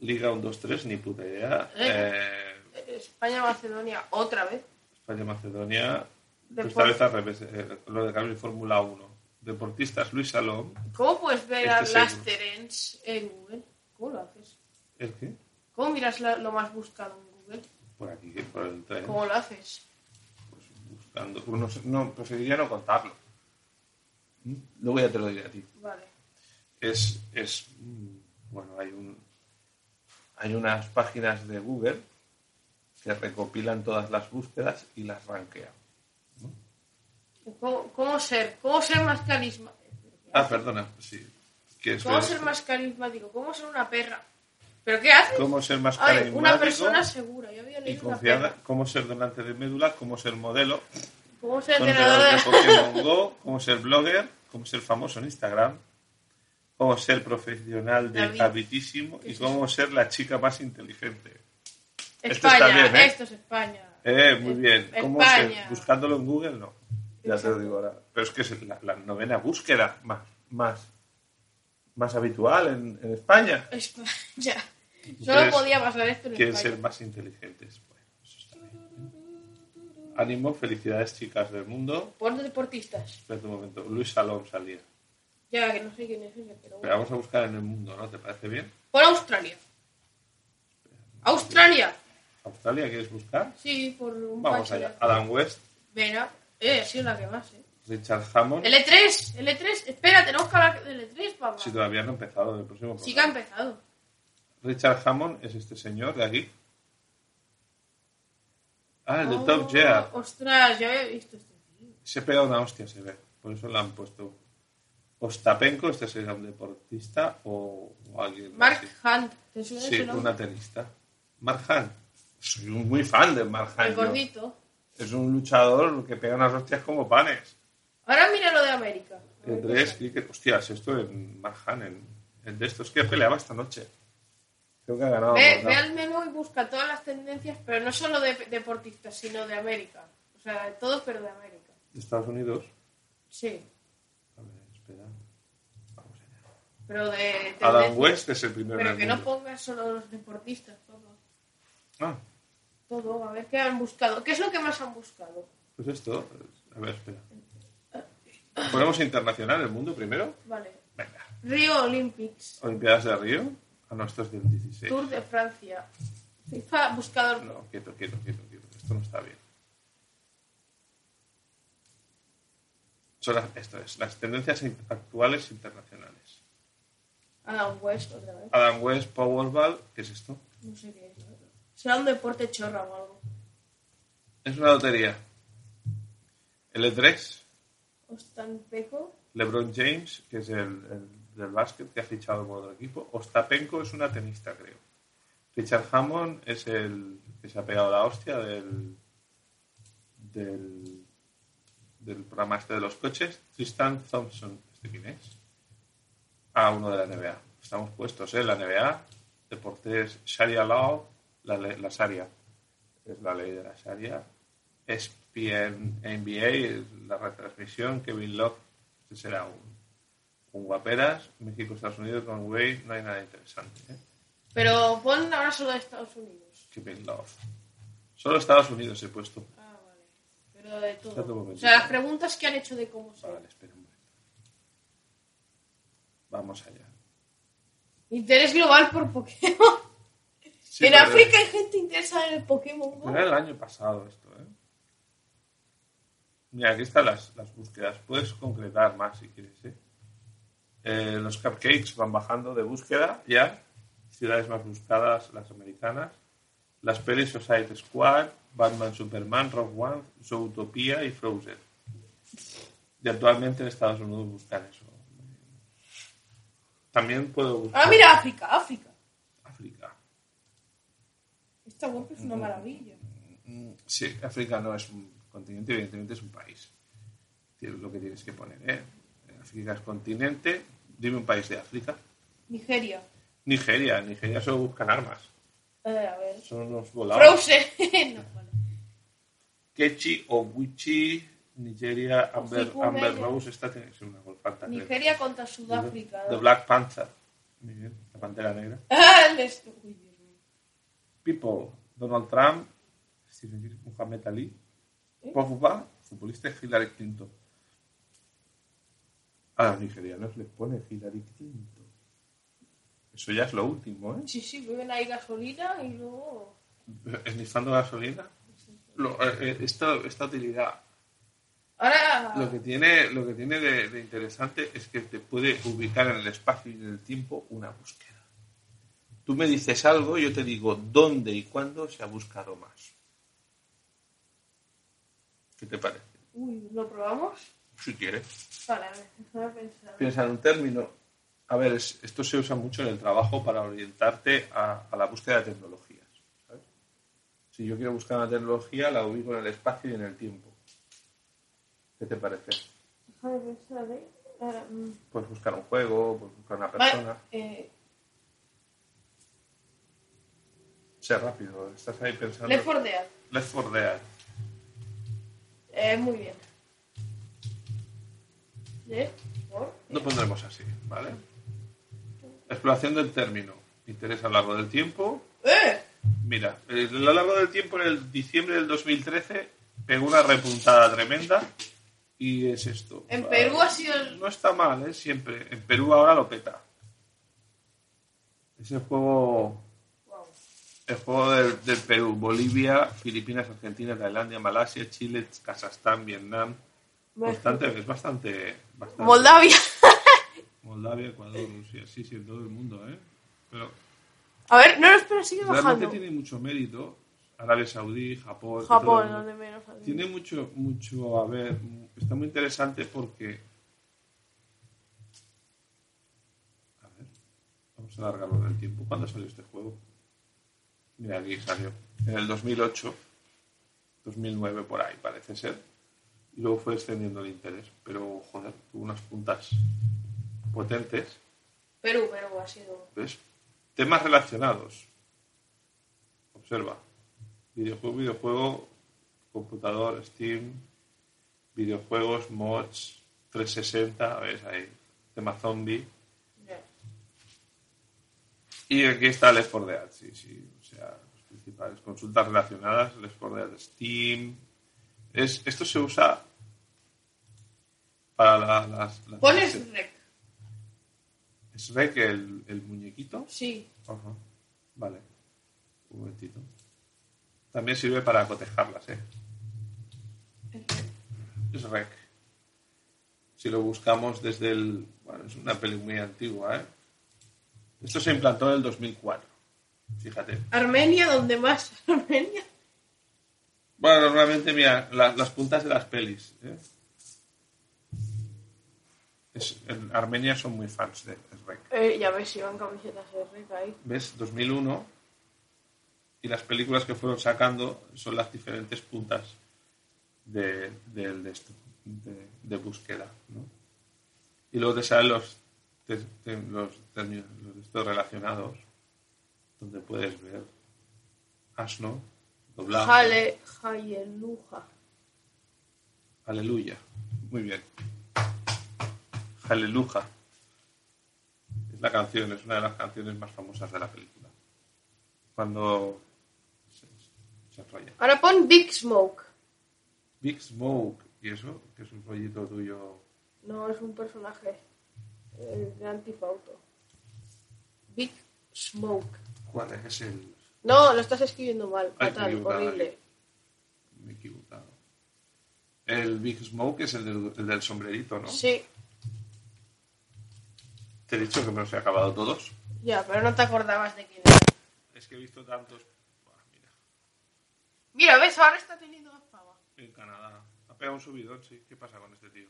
Liga 1-2-3, ni puta idea.
Eh.
Eh,
España-Macedonia otra vez.
España-Macedonia, pues, esta
Depor-
vez al revés, eh, lo de cambio Fórmula 1. Deportistas Luis Salom,
¿Cómo puedes ver
Este
a
seguro.
Las Terence en Google? ¿Cómo lo haces?
¿el qué?
¿Cómo miras la- lo más buscado en Google?
Por aquí, que por el tren,
¿Cómo lo haces?
pues, buscando. Pues, no sé, no, preferiría no contarlo. ¿Mm? Luego ya te lo diré a ti.
Vale.
es, es mm, bueno hay un hay unas páginas de Google que recopilan todas las búsquedas y las rankean.
¿Cómo, cómo ser? ¿Cómo ser más carisma?
Ah, perdona, sí. ¿Quieres
¿Cómo
ver?
ser más carismático? ¿Cómo ser una perra? ¿Pero qué haces?
¿Cómo ser más
Ay,
carismático
una persona segura. Yo había
y
leído una
confiada?
perra.
¿Cómo ser donante de médula? ¿Cómo ser modelo?
¿Cómo ser entrenador
entrenador de
de la...
Pokémon Go? ¿Cómo ser blogger? ¿Cómo ser famoso en Instagram? ¿Cómo ser profesional de
David,
habitísimo?
¿qué
¿Y
es
cómo ser la chica más inteligente? Esto está
España,
bien, ¿eh?
esto es España.
Eh, muy bien. ¿Cómo se-
España.
Buscándolo en Google, no. Ya te
Exacto.
lo digo ahora. Pero es que es la, la novena búsqueda más, más, más habitual en, en España.
España. Solo
Entonces,
podía pasar esto en
Quieren
España.
ser más inteligentes. Bueno, eso está bien. Ánimo, felicidades, chicas del mundo.
Por deportistas.
Espera un momento. Luis Salom salía.
Ya, que no sé quién es ese, pero
Pero
bueno.
vamos a buscar en el mundo, ¿no? ¿Te parece bien?
Por Australia. ¿Australia?
¿Australia quieres buscar?
Sí, por un
Vamos
país.
allá. Adam West,
Venga. Eh, ha sido la que más, eh.
Richard Hammond.
L3, L3. Espera, tenemos que hablar del L3, papá.
Si todavía no ha empezado en el próximo
Sí que ha
programa.
empezado.
Richard Hammond es este señor de aquí. Ah, el de
Oh,
Top Gear.
Ostras, ya había visto este tío.
Se ha pegado una hostia, se ve. Por eso le han puesto. Ostapenko, este será un deportista o, o alguien.
Mark
así.
Hunt. ¿Te suena
Sí,
ese nombre?
una tenista. Mark Hunt. Soy un muy fan de Mark
El
Hunt. yo.
gordito.
Es un luchador que pega unas hostias como panes.
Ahora mira lo de América. A ver
El
qué
tres,
tal.
cricket- Hostias, esto en Mark Hunt, en, en de estos que peleaba esta noche. Creo que ha ganado.
Ve,
¿verdad?
ve al menú y busca todas las tendencias, pero no solo de deportistas, sino de América. O sea, de todos, pero de América.
De Estados Unidos.
Sí,
A ver, espera. Vamos allá.
pero de
Adam
tendencias.
West es el primero.
Pero
del
que no
mundo.
pongas solo los deportistas, todo.
Ah,
Todo, a ver qué han buscado. ¿Qué es lo que más han buscado?
pues esto. A ver, espera. Ponemos internacional el mundo primero.
Vale.
Venga.
Río Olympics,
Olimpiadas de Río. Ah, A nuestros del 16.
Tour de Francia. FIFA buscador.
No, quieto, quieto, quieto, quieto. Esto no está bien. Son las, esto es, las tendencias in- actuales internacionales.
Adam West, otra vez.
Adam West, Powerball, ¿qué es esto?
No sé qué es. la verdad. Será un deporte chorra o algo.
Es una lotería. E L3,
Ostanpeco.
LeBron James, que es el, el del básquet, que ha fichado por otro equipo. Ostapenko es una tenista, creo. Richard Hammond es el que se ha pegado la hostia del, del, del programa este de los coches. Tristan Thompson, ¿este quién es? Ah, uno de la NBA. Estamos puestos, ¿eh? La NBA, deportes, Sharia Law, la, le- la Sharia. Es la ley de la Sharia. E ESPN NBA, la retransmisión, Kevin Love, este será un, un guaperas. México, Estados Unidos, con Way, no hay nada interesante, ¿eh?
Pero pon ahora solo de Estados Unidos.
Kevin Love. Solo Estados Unidos he puesto.
Ah, vale. Pero de
Espérate un
todo. O
momentito.
sea, las preguntas que han hecho de cómo se.
Vale, espera un momento. Vamos allá.
Interés global por Pokémon.
Sí,
en
pero-
África hay gente interesada en el Pokémon
pero
Go.
Era el año pasado esto, ¿eh? Mira, aquí están las, las búsquedas. Puedes concretar más si quieres, ¿eh? Eh, Los cupcakes van bajando de búsqueda ya. Ciudades más buscadas, las americanas. Las pelis Society Squad, Batman, Superman, Rock One, Zootopia y Frozen. Y actualmente en Estados Unidos buscan eso. También puedo buscar
Ah, mira, África, África.
África.
Esta web es una maravilla.
Mm, Sí, África no es un continente, evidentemente es un país. Tienes lo que tienes que poner, ¿eh? África es continente, dime un país de África.
Nigeria.
Nigeria, en Nigeria solo buscan armas.
Eh, a ver.
Son los volados.
Frozen. no, vale.
Kechi o Wichi, Nigeria, Amber,
Ojikumene.
Amber Rose, esta tiene que ser una golpata. creo.
Nigeria contra
The-
Sudáfrica.
The Black Panther. Muy bien, la pantera negra.
Ah, el estúpido.
People, Donald Trump, Stephen King, Muhammad Ali, Pogba, futbolista Hillary Clinton. A los nigerianos les pone Hillary Clinton. Eso ya es lo último, ¿eh?
Sí, sí, beben ahí gasolina y luego.
Esnifando gasolina. Lo- eh, eh, esta, esta utilidad.
Ahora.
Lo que tiene, lo que tiene de, de interesante es que te puede ubicar en el espacio y en el tiempo una búsqueda. Tú me dices algo, yo te digo dónde y cuándo se ha buscado más. ¿Qué te parece?
Uy, ¿lo probamos?
Si quieres.
Vale, a ver, déjame pensar.
Piensa en un término. A ver, es- esto se usa mucho en el trabajo para orientarte a, a la búsqueda de tecnologías. ¿sabes? Si yo quiero buscar una tecnología, la ubico en el espacio y en el tiempo. ¿Qué te parece?
Déjame pensar, ¿eh? Ahora, mm.
Puedes buscar un juego, puedes buscar una persona.
Vale, eh,
Sea rápido, estás ahí pensando.
Left 4 Dead.
Left 4 Dead.
Eh, muy bien. Left 4
Lo pondremos así, ¿vale? Exploración del término. Interés a lo largo del tiempo.
¡Eh!
Mira, eh, a lo largo del tiempo, en el diciembre del 2013, pegó una repuntada tremenda. Y es esto.
En
Ah,
Perú ha sido el-
No está mal, ¿eh? Siempre. En Perú ahora lo peta. Es el juego.
Wow.
El juego del, del Perú. Bolivia, Filipinas, Argentina, Tailandia, Malasia, Chile, Kazajstán, Vietnam. Bastante, es bastante, bastante.
Moldavia.
Moldavia, Ecuador, Rusia, sí, sí, en todo el mundo, ¿eh? Pero
A ver, no, no, espera, sigue
realmente
bajando.
tiene mucho mérito. Arabia Saudí, Japón. todo el
Japón,
mundo.
donde menos. ha habido.
Tiene mucho, mucho, a ver, está muy interesante porque. A ver, vamos a alargarlo en el tiempo. ¿Cuándo salió este juego? Mira, aquí salió. En el 2008, 2009, por ahí, parece ser. Y luego fue descendiendo el interés. Pero, joder, tuvo unas puntas potentes.
Perú, Perú ha sido.
¿Ves? Temas relacionados. Observa. Videojuego, videojuego, computador, Steam, videojuegos, mods, 360, ¿ves? Ahí. Tema zombie.
ya.
Y aquí está Left 4 Dead, sí, sí. O sea, los principales. Consultas relacionadas, Left 4 Dead Steam. Es, esto se usa para la- las... las
Pones rec.
¿Es Rec el, el muñequito?
Sí.
Ajá. Vale. Un momentito. También sirve para cotejarlas, ¿eh? Es rec. Si lo buscamos desde el... Bueno, es una peli muy antigua, ¿eh? Esto se implantó en el 2004. Fíjate.
Armenia, donde más. Armenia.
Bueno, normalmente, mira, la- las puntas de las pelis, ¿eh? Es- en Armenia son muy fans de es rec.
Eh, ya ves si van camisetas de rec ahí.
¿Ves? 2001. Y las películas que fueron sacando son las diferentes puntas de, del de esto, de, de búsqueda. ¿no? Y luego te salen los, te- te- los términos los de estos relacionados, donde puedes ver asno, doblado,
Jale, Jayeluja.
aleluya. Muy bien. Aleluja. Es la canción, es una de las canciones más famosas de la película. Cuando se, se enrolla.
Ahora pon Big Smoke.
Big Smoke, y eso, que es un rollito tuyo.
No, es un personaje eh, de Antifauto. Big Smoke.
¿Cuál es el.?
No, lo estás escribiendo mal.
Ay, me he
Fatal,
equivocado
horrible.
ahí. Me he equivocado. El Big Smoke es el del, el del sombrerito, ¿no?
Sí,
Te he dicho que me los he acabado todos.
ya, pero no te acordabas de quién era.
Es que he visto tantos. Buah, mira,
Mira, ves, ahora está teniendo más fama.
en Canadá. Ha pegado un subidón, sí. ¿Qué pasa con este tío?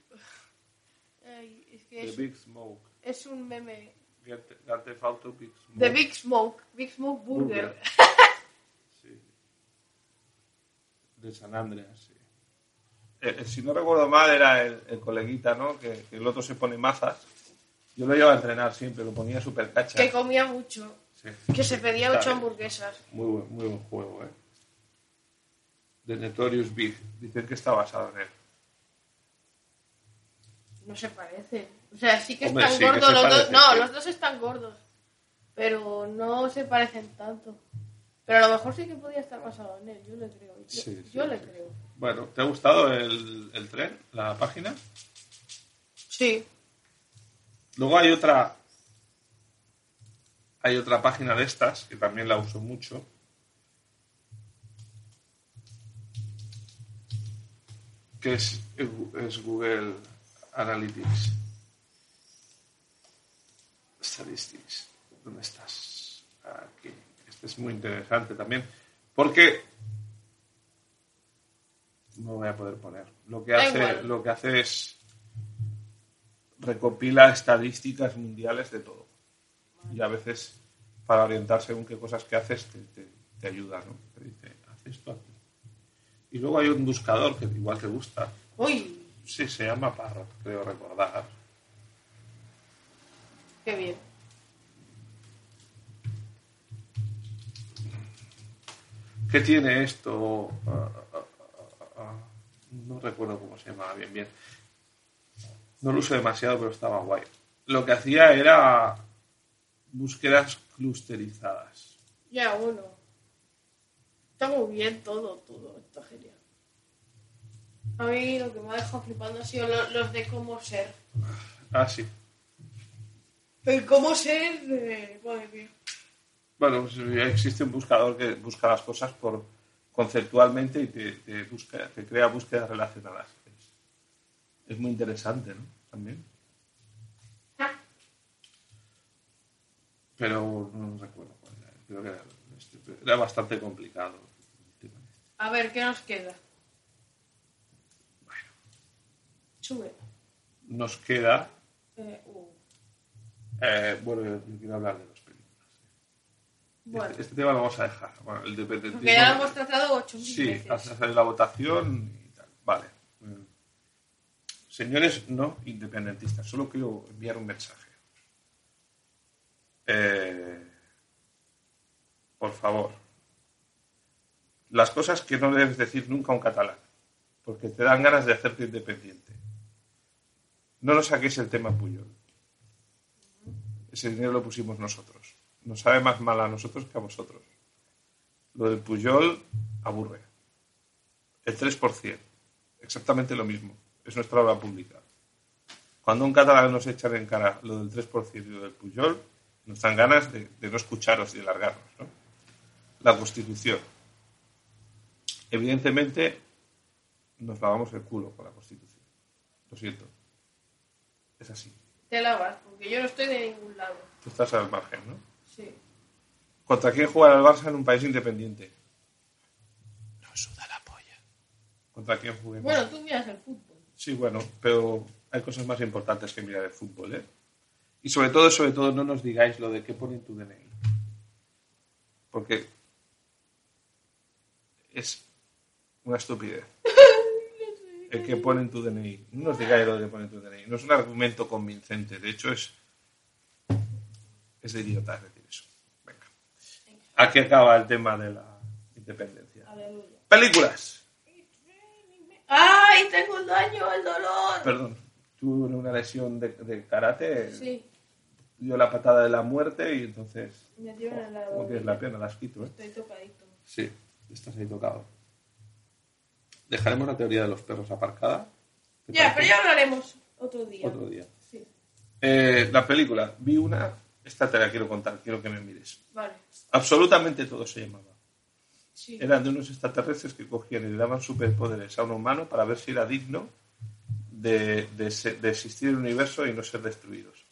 Ay, es que
The
es,
Big Smoke.
es un meme.
Grand Grand Theft Auto Big Smoke.
The Big Smoke. Big Smoke Burger.
Sí, de San Andreas. sí. Eh, eh, si no recuerdo mal, era el, el coleguita, ¿no? Que, que el otro se pone mazas. Yo lo llevaba a entrenar siempre, lo ponía super cacha.
Que comía mucho.
Sí.
Que se pedía
Está
ocho
bien.
hamburguesas.
Muy buen, muy buen juego, ¿eh? De Notorious Big. Dicen que está basado en él.
No se parecen. O sea, sí que
Hombre,
están
sí que
gordos
se
los dos.
parecen,
No,
sí.
los dos están gordos. Pero no se parecen tanto. Pero a lo mejor sí que podía estar basado en él. Yo le creo. Yo,
Sí, sí,
yo le
sí.
creo.
Bueno, ¿te ha gustado el, el tren? ¿La página?
Sí.
Luego hay otra. Hay otra página de estas que también la uso mucho. Que es, es Google Analytics. Statistics. ¿Dónde estás? Aquí. Este es muy interesante también. Porque. No voy a poder poner. Lo que
Da
hace,
igual.
lo que hace es recopila estadísticas mundiales de todo. Y a veces, para orientar según qué cosas que haces, te, te- te ayuda, ¿no? Te dice, haz esto, haz esto. Y luego hay un buscador que igual te gusta.
Uy,
Sí, se llama Parrot, creo recordar.
qué bien.
¿Qué tiene esto? Ah, ah, ah, ah, No recuerdo cómo se llamaba bien, bien. No lo uso demasiado, pero estaba guay. Lo que hacía era búsquedas clusterizadas.
Ya uno. Está muy bien todo, todo. Está genial. A mí lo que me ha dejado flipando ha sido lo- los de cómo ser.
Ah, sí.
El cómo ser, eh, madre mía.
Bueno, pues, eh, existe un buscador que busca las cosas por conceptualmente y te, te busca, te crea búsquedas relacionadas. Es- Es muy interesante, ¿no? También.
Ah,
Pero no recuerdo cuál era. Creo que era, este, pero era bastante complicado.
A ver, ¿qué nos queda? Sube.
Nos queda.
Eh, uh,
eh, bueno, yo quiero hablar de las películas.
Bueno,
Este, este tema lo vamos a dejar. Bueno, el dependentismo.
porque ya lo hemos tratado 8.000
Sí,
veces.
hasta salir la votación y tal. Vale. Mm. Señores no independentistas, solo quiero enviar un mensaje. Eh, por favor, las cosas que no debes decir nunca a un catalán, porque te dan ganas de hacerte independiente. No nos saquéis el tema Puyol. Ese dinero lo pusimos nosotros. Nos sabe más mal a nosotros que a vosotros. Lo del Puyol aburre. El 3%. Exactamente lo mismo. Es nuestra obra pública. Cuando un catalán nos echa en cara lo del 3% y lo del Puyol, nos dan ganas de, de no escucharos y de largarnos. ¿no? La Constitución. Evidentemente, nos lavamos el culo con la Constitución. Lo siento. Es así.
Te lavas, porque yo no estoy de ningún lado.
Tú estás al margen, ¿no?
Sí.
¿Contra quién jugará el Barça en un país independiente? Nos suda la polla. ¿Contra quién juguemos?
Bueno, tú miras el fútbol.
Sí, bueno, pero hay cosas más importantes que mirar el fútbol, ¿eh? Y sobre todo, sobre todo, no nos digáis lo de qué pone en tu DNI. Porque es una estupidez. El que pone en tu DNI. No nos digáis lo de que pone en tu DNI. No es un argumento convincente. De hecho, es. Es de idiotas decir eso. Venga. Aquí acaba el tema de la independencia.
Aleluya.
¡Películas!
¡Ay, tengo el daño, el dolor!
Perdón, tuve una lesión de, de karate.
Sí,
dio la patada de la muerte y entonces
me dieron el
como
lado.
tienes la pierna, las quito, ¿eh?
Estoy tocadito.
Sí, estás ahí tocado. Dejaremos la teoría de los perros aparcada. ¿Te
Ya, pero
parece?
ya hablaremos otro día.
Otro día.
Sí,
Eh, la película, vi una, esta te la quiero contar, quiero que me mires.
vale.
Absolutamente todo se llamaba.
Sí.
Eran de unos extraterrestres que cogían y le daban superpoderes a un humano para ver si era digno de, de se- de existir en el universo y no ser destruidos.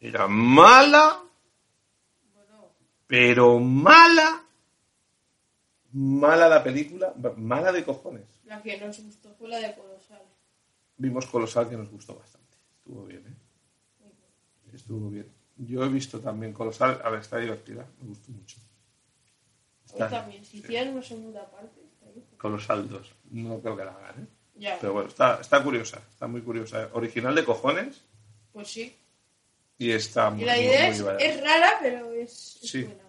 Era mala,
Bueno,
pero mala, mala la película, mala de cojones.
la que nos gustó fue la de Colosal.
Vimos Colosal que nos gustó bastante. Estuvo bien, ¿eh? Estuvo bien. Yo he visto también Colosal, a ver, está divertida, me gustó mucho.
Hoy
Claro,
también, si
sí.
hicieran una segunda parte, estaría genial.
con los saldos. No creo que la hagan, ¿eh?
Ya,
Pero bueno, está, está curiosa, está muy curiosa. Original de cojones
pues sí.
y está muy,
Y la
muy,
idea
muy
es,
barata.
es rara, pero es, es
Sí.
buena.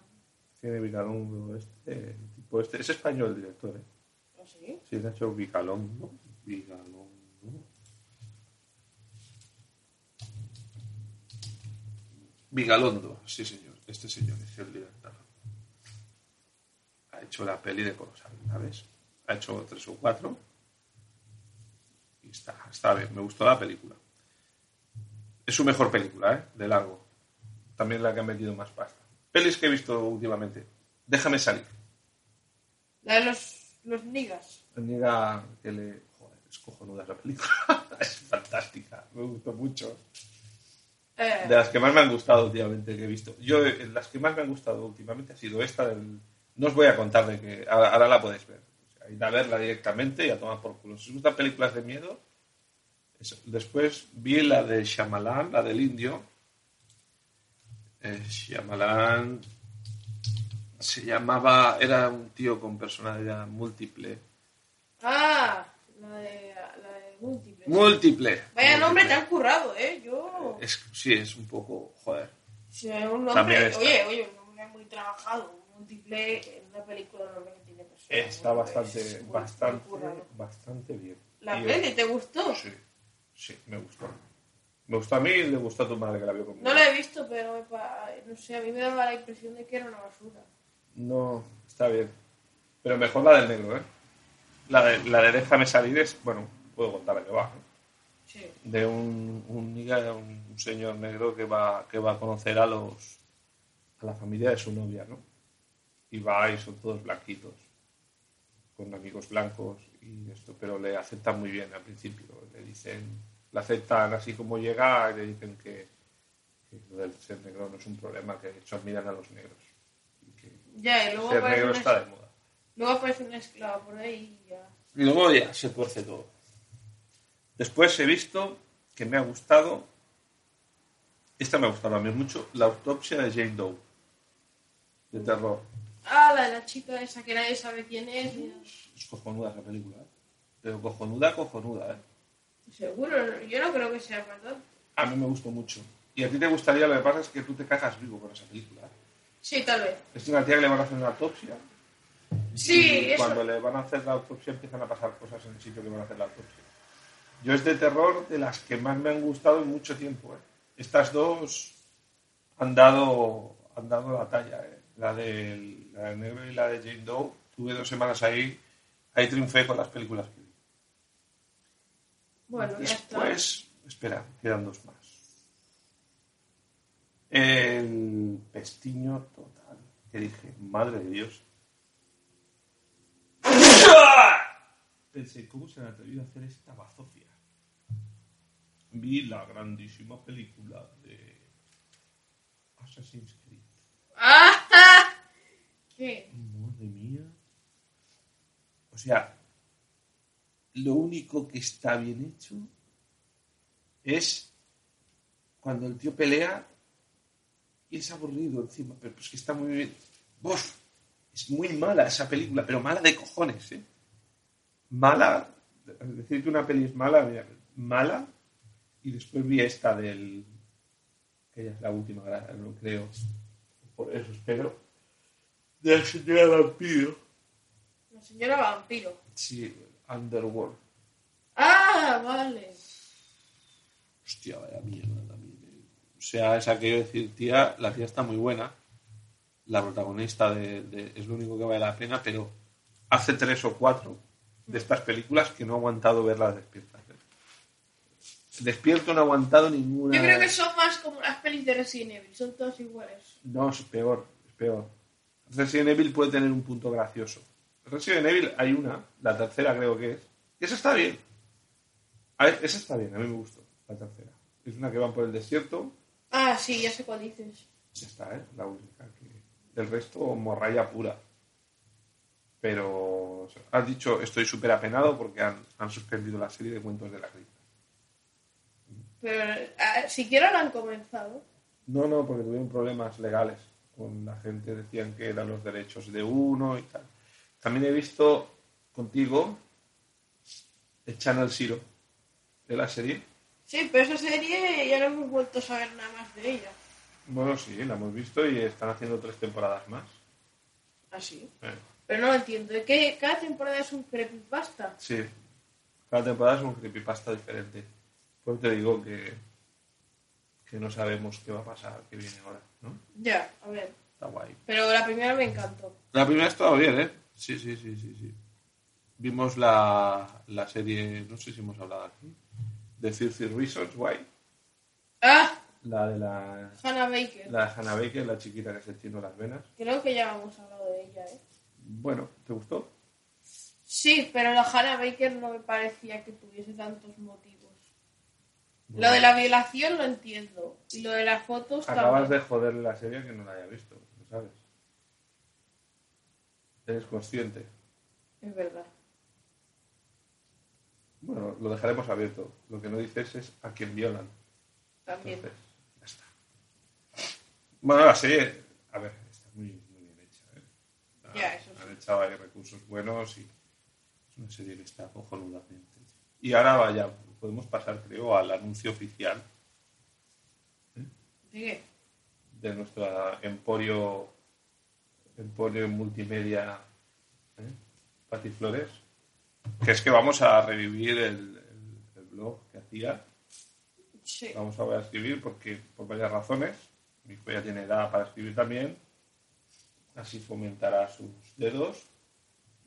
Tiene Vicalongo este el tipo este. Es español el director, ¿eh?
¿O ¿Ah, sí?
Sí, Nacho Vicalongo. Vicalongo. Vigalondo, sí señor, este señor es el director. Ha hecho la peli de Colosal, ¿sabes? Ha hecho tres o cuatro. Y está, está bien, me gustó la película. Es su mejor película, ¿eh? De largo. También la que ha metido más pasta. Pelis que he visto últimamente. Déjame salir.
La de los, los niggas.
Niga que le. Joder, es cojonuda la película. es fantástica. Me gustó mucho.
Eh,
De las que más me han gustado últimamente que he visto. Yo, eh, las que más me han gustado últimamente ha sido esta del. No os voy a contar de que. Ahora, ahora la podéis ver. O sea, id a verla directamente y a tomar por culo. Si os gustan películas de miedo. eso. Después vi la de Shyamalan, la del indio. Eh, Shyamalan. Se llamaba. Era un tío con personalidad múltiple.
Ah, la de, la de múltiples.
Múltiple.
Vaya nombre
Múltiple.
tan currado, ¿eh? Yo...
Es, sí, es un poco. Joder.
Si hay un
También
nombre...
está.
Oye, oye, un nombre muy trabajado. Un múltiple en una película un nombre que tiene persona.
Está
un nombre
bastante,
es muy
bastante,
currado.
bastante bien.
La
Y,
peli,
eh,
¿te gustó?
Sí, sí, me gustó. Me gustó a mí y le gustó a tu madre que la vio conmigo.
No la he visto, pero me pa- no sé, a mí me daba la impresión de que era una basura.
No, está bien. Pero mejor la del negro, ¿eh? La de, la de Déjame salir es. Bueno, puedo contar que va. ¿eh?
Sí.
de un, un, niga- un señor negro que va, que va a conocer a los a la familia de su novia, ¿no? Y va y son todos blanquitos, con amigos blancos y esto, pero le aceptan muy bien al principio. Le dicen, le aceptan así como llega y le dicen que, que lo del ser negro no es un problema, que de hecho admiran a los negros. Y que
Ya, y luego
ser
aparece,
negro
una,
está de moda.
luego aparece una esclava por ahí y ya.
Y luego ya se tuerce todo. Después he visto que me ha gustado. Esta me ha gustado a mí mucho, la autopsia de Jane Doe. De terror.
Ah, la de la chica esa que nadie sabe quién es. mira.
Es cojonuda esa película, ¿eh? Pero cojonuda, cojonuda, ¿eh?
Seguro, yo no creo que sea verdad.
A mí me gustó mucho. Y a ti te gustaría, lo que pasa es que tú te cagas vivo con esa película. ¿eh?
Sí, tal vez.
Es una tía que le van a hacer una autopsia.
Sí,
y
eso.
cuando le van a hacer la autopsia empiezan a pasar cosas en el sitio que van a hacer la autopsia. Yo es de terror de las que más me han gustado en mucho tiempo. ¿eh? Estas dos han dado, han dado la talla. ¿eh? La, del, la del negro y la de Jane Doe. Tuve dos semanas ahí. Ahí triunfé con las películas que vi.
Bueno, ya está.
Después, espera, quedan dos más. El pestiño total. Que dije, madre de Dios. Pensé, ¿cómo se han atrevido a hacer esta bazofia? Vi la grandísima película de Assassin's Creed.
¡Ah! ¿Qué?
Madre mía. O sea, lo único que está bien hecho es cuando el tío pelea y es aburrido encima, pero es que está muy bien. ¡Bof! Es muy mala esa película, pero mala de cojones, ¿eh? Mala, decir que una peli es mala, mira, mala, y después vi esta del. que ya es la última, no creo. Por eso espero de la señora vampiro.
La señora vampiro.
Sí, Underworld.
¡Ah! Vale.
Hostia, vaya mierda también. eh. O sea, esa que yo decir, tía, la tía está muy buena. La protagonista de, de- es lo único que vale la pena, pero hace tres o cuatro de estas películas que no he aguantado verlas despiertas. eh. Despierto no he aguantado ninguna.
Yo creo que son más como las pelis de Resident Evil, son todas iguales.
No, es peor, es peor. Resident Evil puede tener un punto gracioso. Resident Evil hay una, la tercera creo que es. Y esa está bien. A ver, esa está bien, a mí me gustó, la tercera. Es una que van por el desierto,
Ah, sí, ya sé cuál dices.
ya está, ¿eh? La única que... El resto, morralla pura. Pero o sea, has dicho, estoy súper apenado porque han, han suspendido la serie de cuentos de la cripta.
Pero ah, siquiera no han comenzado.
No, no, porque tuvieron problemas legales con la gente, decían que eran los derechos de uno y tal. También he visto contigo el Channel Zero de la serie.
Sí, pero esa serie ya no hemos vuelto a saber nada más de ella.
Bueno, sí, la hemos visto y están haciendo tres temporadas más.
Así.
Eh,
Pero no lo entiendo. ¿Es que cada temporada es un creepypasta?
sí, cada temporada es un creepypasta diferente. Pues te digo que, que no sabemos qué va a pasar, qué viene ahora, ¿no?
Ya, a ver.
Está guay.
Pero la primera me encantó.
La primera estaba bien, ¿eh? Sí, sí, sí, sí, sí. Vimos la, la serie, no sé si hemos hablado aquí, de Circe Reasons Why,
¡Ah!
la de la,
Hannah Baker.
la Hannah Baker, la chiquita que se tiene las venas.
Creo que ya hemos hablado de ella, ¿eh?
Bueno, ¿te gustó?
Sí, pero la Hannah Baker no me parecía que tuviese tantos motivos. Lo de la violación lo entiendo. Y lo de las fotos
Acabas
también.
de joderle la serie que no la haya visto, lo sabes. Eres consciente.
Es verdad.
Bueno, lo dejaremos abierto. Lo que no dices es a quién violan.
También.
Entonces, ya está. Bueno, la serie, a ver, está muy, muy bien hecha. ¿eh? Ah,
Ya, eso sí.
Han echado ahí recursos buenos y es una serie que está cojonudamente. hecha. Y ahora vaya, podemos pasar, creo, al anuncio oficial
Sigue.
de nuestro emporio, emporio multimedia ¿eh? Pati Flores, que es que vamos a revivir el, el- el blog que hacía.
Sí.
Vamos a volver a escribir porque por varias razones. Mi hijo ya tiene edad para escribir también. Así fomentará sus dedos.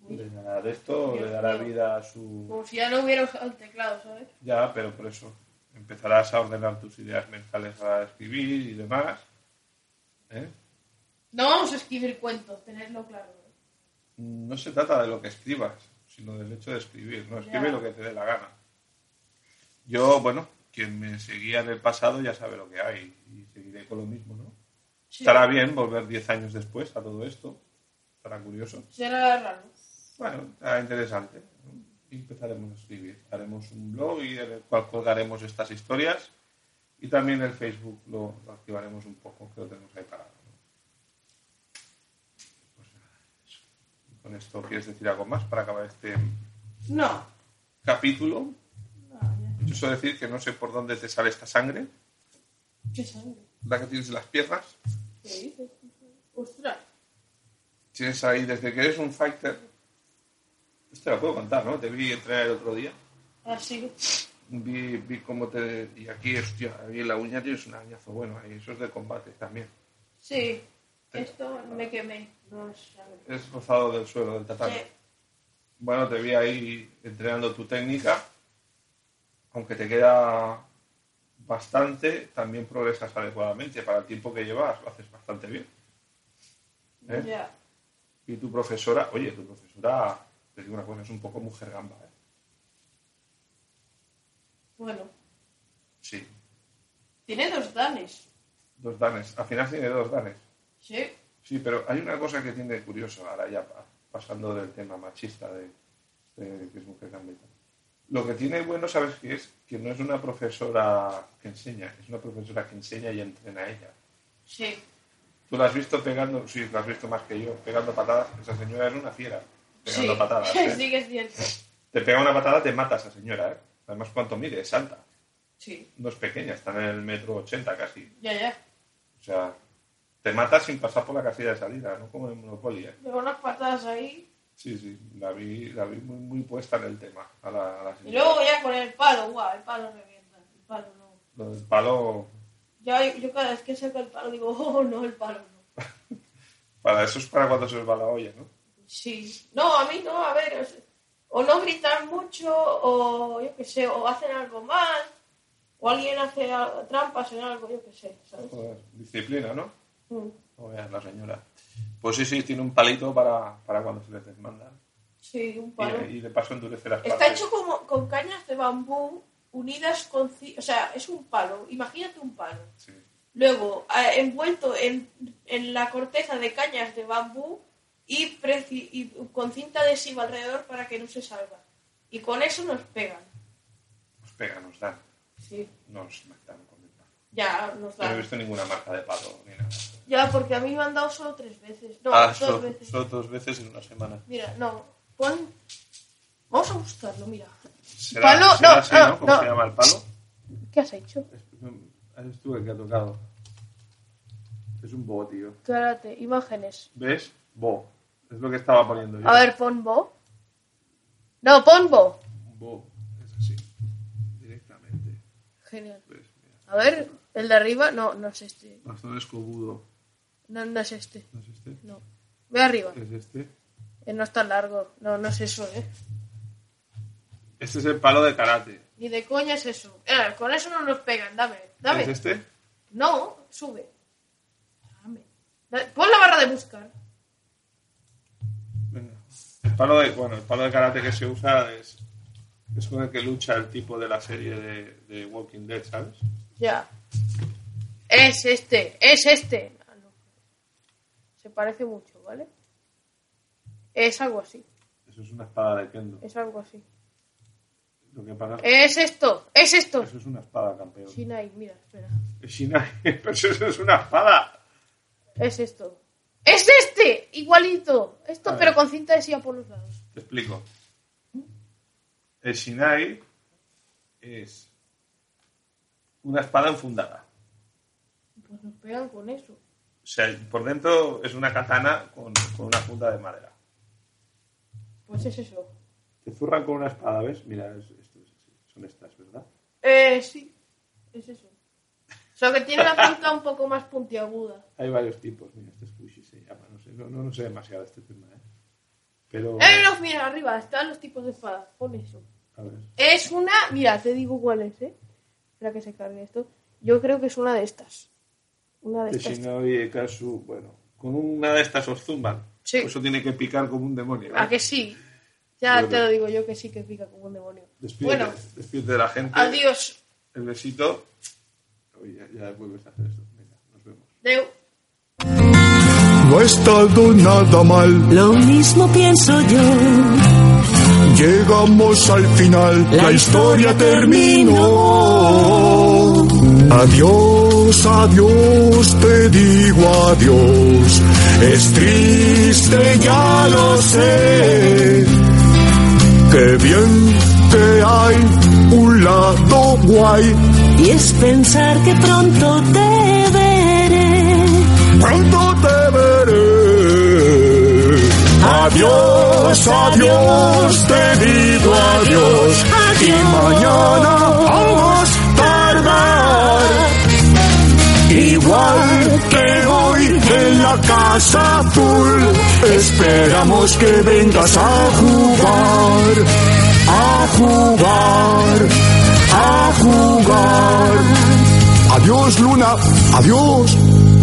Le dará de esto,
Dios
le dará
mío.
vida a su...
Como si ya no hubiera usado el teclado, ¿sabes?
Ya, pero por eso empezarás a ordenar tus ideas mentales a escribir y demás. ¿eh?
No vamos a escribir cuentos, tenerlo claro. ¿eh?
no se trata de lo que escribas, sino del hecho de escribir. No escribe
Ya.
lo que te dé la gana. Yo, bueno, quien me seguía en el pasado ya sabe lo que hay y seguiré con lo mismo, ¿no?
Sí.
Estará bien volver 10 años después a todo esto. Estará curioso.
Será raro.
Bueno, será interesante. ¿no? Y empezaremos a escribir. Haremos un blog y en el cual colgaremos estas historias. Y también el Facebook lo, lo activaremos un poco, que lo tenemos ahí parado. ¿no? Pues nada, eso. Y con esto, ¿quieres decir algo más para acabar este
No.
capítulo?
No, ya.
Yo suelo decir que no sé por dónde te sale esta sangre,
Qué sangre.
la que tienes en las piernas.
¿Qué dices? Ostras.
Tienes ahí, desde que eres un fighter. Esto lo puedo contar, ¿no? Te vi entrenar el otro día.
Así.
Vi, vi cómo te. Y aquí, hostia, ahí en la uña tienes un añazo bueno, ahí, eso es de combate también.
Sí. Esto me quemé. No es sangre.
Es rozado del suelo, del tatami.
Sí.
Bueno, te vi ahí entrenando tu técnica, aunque te queda bastante, también progresas adecuadamente. Para el tiempo que llevas, lo haces bastante bien. ¿Eh?
Ya.
Y tu profesora, oye, tu profesora, te digo una cosa, es un poco mujer gamba, ¿eh?
Bueno.
Sí,
Tiene dos danes.
dos danes. Al final tiene dos danes.
Sí.
Sí, pero hay una cosa que tiene curioso ahora ya pa- pasando del tema machista de, de que es mujer gambeta. Lo que tiene bueno, ¿sabes qué es? Que no es una profesora que enseña, es una profesora que enseña y entrena a ella.
Sí.
Tú la has visto pegando, sí, la has visto más que yo, pegando patadas. Esa señora es una fiera, pegando
sí.
patadas. ¿eh?
sí que es cierto.
Te pega una patada, te mata esa señora, ¿eh? Además, ¿cuánto mide? Es alta.
Sí.
No es pequeña, está en el metro ochenta casi.
Ya, ya.
O sea, te mata sin pasar por la casilla de salida, no como en Monopoly, ¿eh?
Llevo unas patadas ahí.
Sí, sí, la vi, la vi muy, muy puesta en el tema. A la, a la
Y
señora.
luego ya con el palo. Guau, el palo revienta. El palo no.
Lo del palo,
Ya, yo cada vez que saco el palo digo, oh, no, el palo no.
para eso es para cuando se os va la olla, ¿no?
Sí. No, a mí no, a ver, o, sea, o no gritar mucho, o yo qué sé, o hacen algo mal, o alguien hace al- trampas en algo, yo qué sé, ¿sabes?
Joder, disciplina, ¿no?
Mm,
No veas la señora. Pues sí, sí, tiene un palito para, para cuando se les desmanda.
Sí, un
Y,
palo.
y de paso endurece las
Está
partes.
hecho como con cañas de bambú unidas con... ci- O sea, es un palo, imagínate un palo.
Sí.
Luego, eh, envuelto en, en la corteza de cañas de bambú y, preci- y con cinta adhesiva alrededor para que no se salga. Y con eso nos pegan.
Nos pega, nos dan.
Sí,
Nos matan con el palo.
ya nos
No he
dan.
visto ninguna marca de palo ni nada.
Ya, porque a mí me han dado solo tres veces. No,
ah,
dos
solo,
veces.
solo dos veces en una semana.
Mira, no. Pon... Vamos a buscarlo, mira.
¿Será,
Palo,
será
no,
así,
no,
¿Cómo
no.
se llama el palo?
¿Qué has hecho?
Es, es tú el que ha tocado. Es un bo, tío.
Espérate, imágenes.
¿Ves? Bo. Es lo que estaba poniendo yo.
A ver, pon Bo. No, pon Bo.
Bo. Es así. Directamente.
Genial.
¿Ves? Mira.
A ver, el de arriba. No, no es este.
Bastón escobudo.
No, no es este.
¿No es este?
No. Ve arriba.
¿Es este?
Eh, no es tan largo. No, no es eso, ¿eh?
Este es el palo de karate.
Ni de coña es eso. Eh, con eso no nos pegan. Dame, dame.
¿Es este?
No, sube. Dame. Da- Pon la barra de buscar.
Venga. El palo de, bueno, el palo de karate que se usa es, es con el que lucha el tipo de la serie de, de Walking Dead, ¿sabes?
Ya. Es este, es este. Ah, no. Se parece mucho, ¿vale? Es algo así,
Eso es una espada de kendo.
es algo así.
Lo que pasa es
Es esto, es
que
esto.
eso es una espada, campeón.
Shinai, mira, espera.
Shinai, pero eso es una espada.
Es esto. Es este, igualito. Esto,
A ver.
pero con cinta de silla por los lados.
Te explico. El Shinai es una espada enfundada.
Pues nos pegan con eso.
O sea, por dentro es una katana con, con una funda de madera.
Pues es eso.
Te zurran con una espada, ¿ves? Mira, es- esto es así. son estas, ¿verdad?
Eh, sí, es eso. Solo que tiene la punta un poco más puntiaguda.
Hay varios tipos. Mira, este es Fushi, se llama. No sé, no, no, no sé demasiado este tema, ¿eh? Pero.
Eh, no, mira, arriba están los tipos de espadas. Pon eso.
A ver.
Es una, mira, te digo cuál es, ¿eh? Espera que se cargue esto. Yo creo que es una de estas. Una de
De
estas.
Shinoi Ekasu, bueno. Con una de estas os zumban.
Sí.
Eso tiene que picar como un demonio. ¿eh?
¿A que sí? Ya
Bueno.
te lo digo yo que sí que pica como un demonio.
Despídete,
Bueno,
despídete de la gente.
adiós.
El besito. Oye, ya, ya vuelves a hacer esto. Venga, nos vemos.
Deu.
No he estado nada mal,
Lo mismo pienso yo.
llegamos al final, la,
La
historia
historia
terminó. Adiós, adiós, te digo adiós, es triste, ya lo sé. Que bien que hay un lado guay,
Y es pensar que pronto te veré.
pronto te veré. Adiós, adiós, te digo adiós. Y mañana a más tardar. Igual que hoy en la casa azul, esperamos que vengas a jugar, a jugar, a jugar. Adiós, Luna, adiós.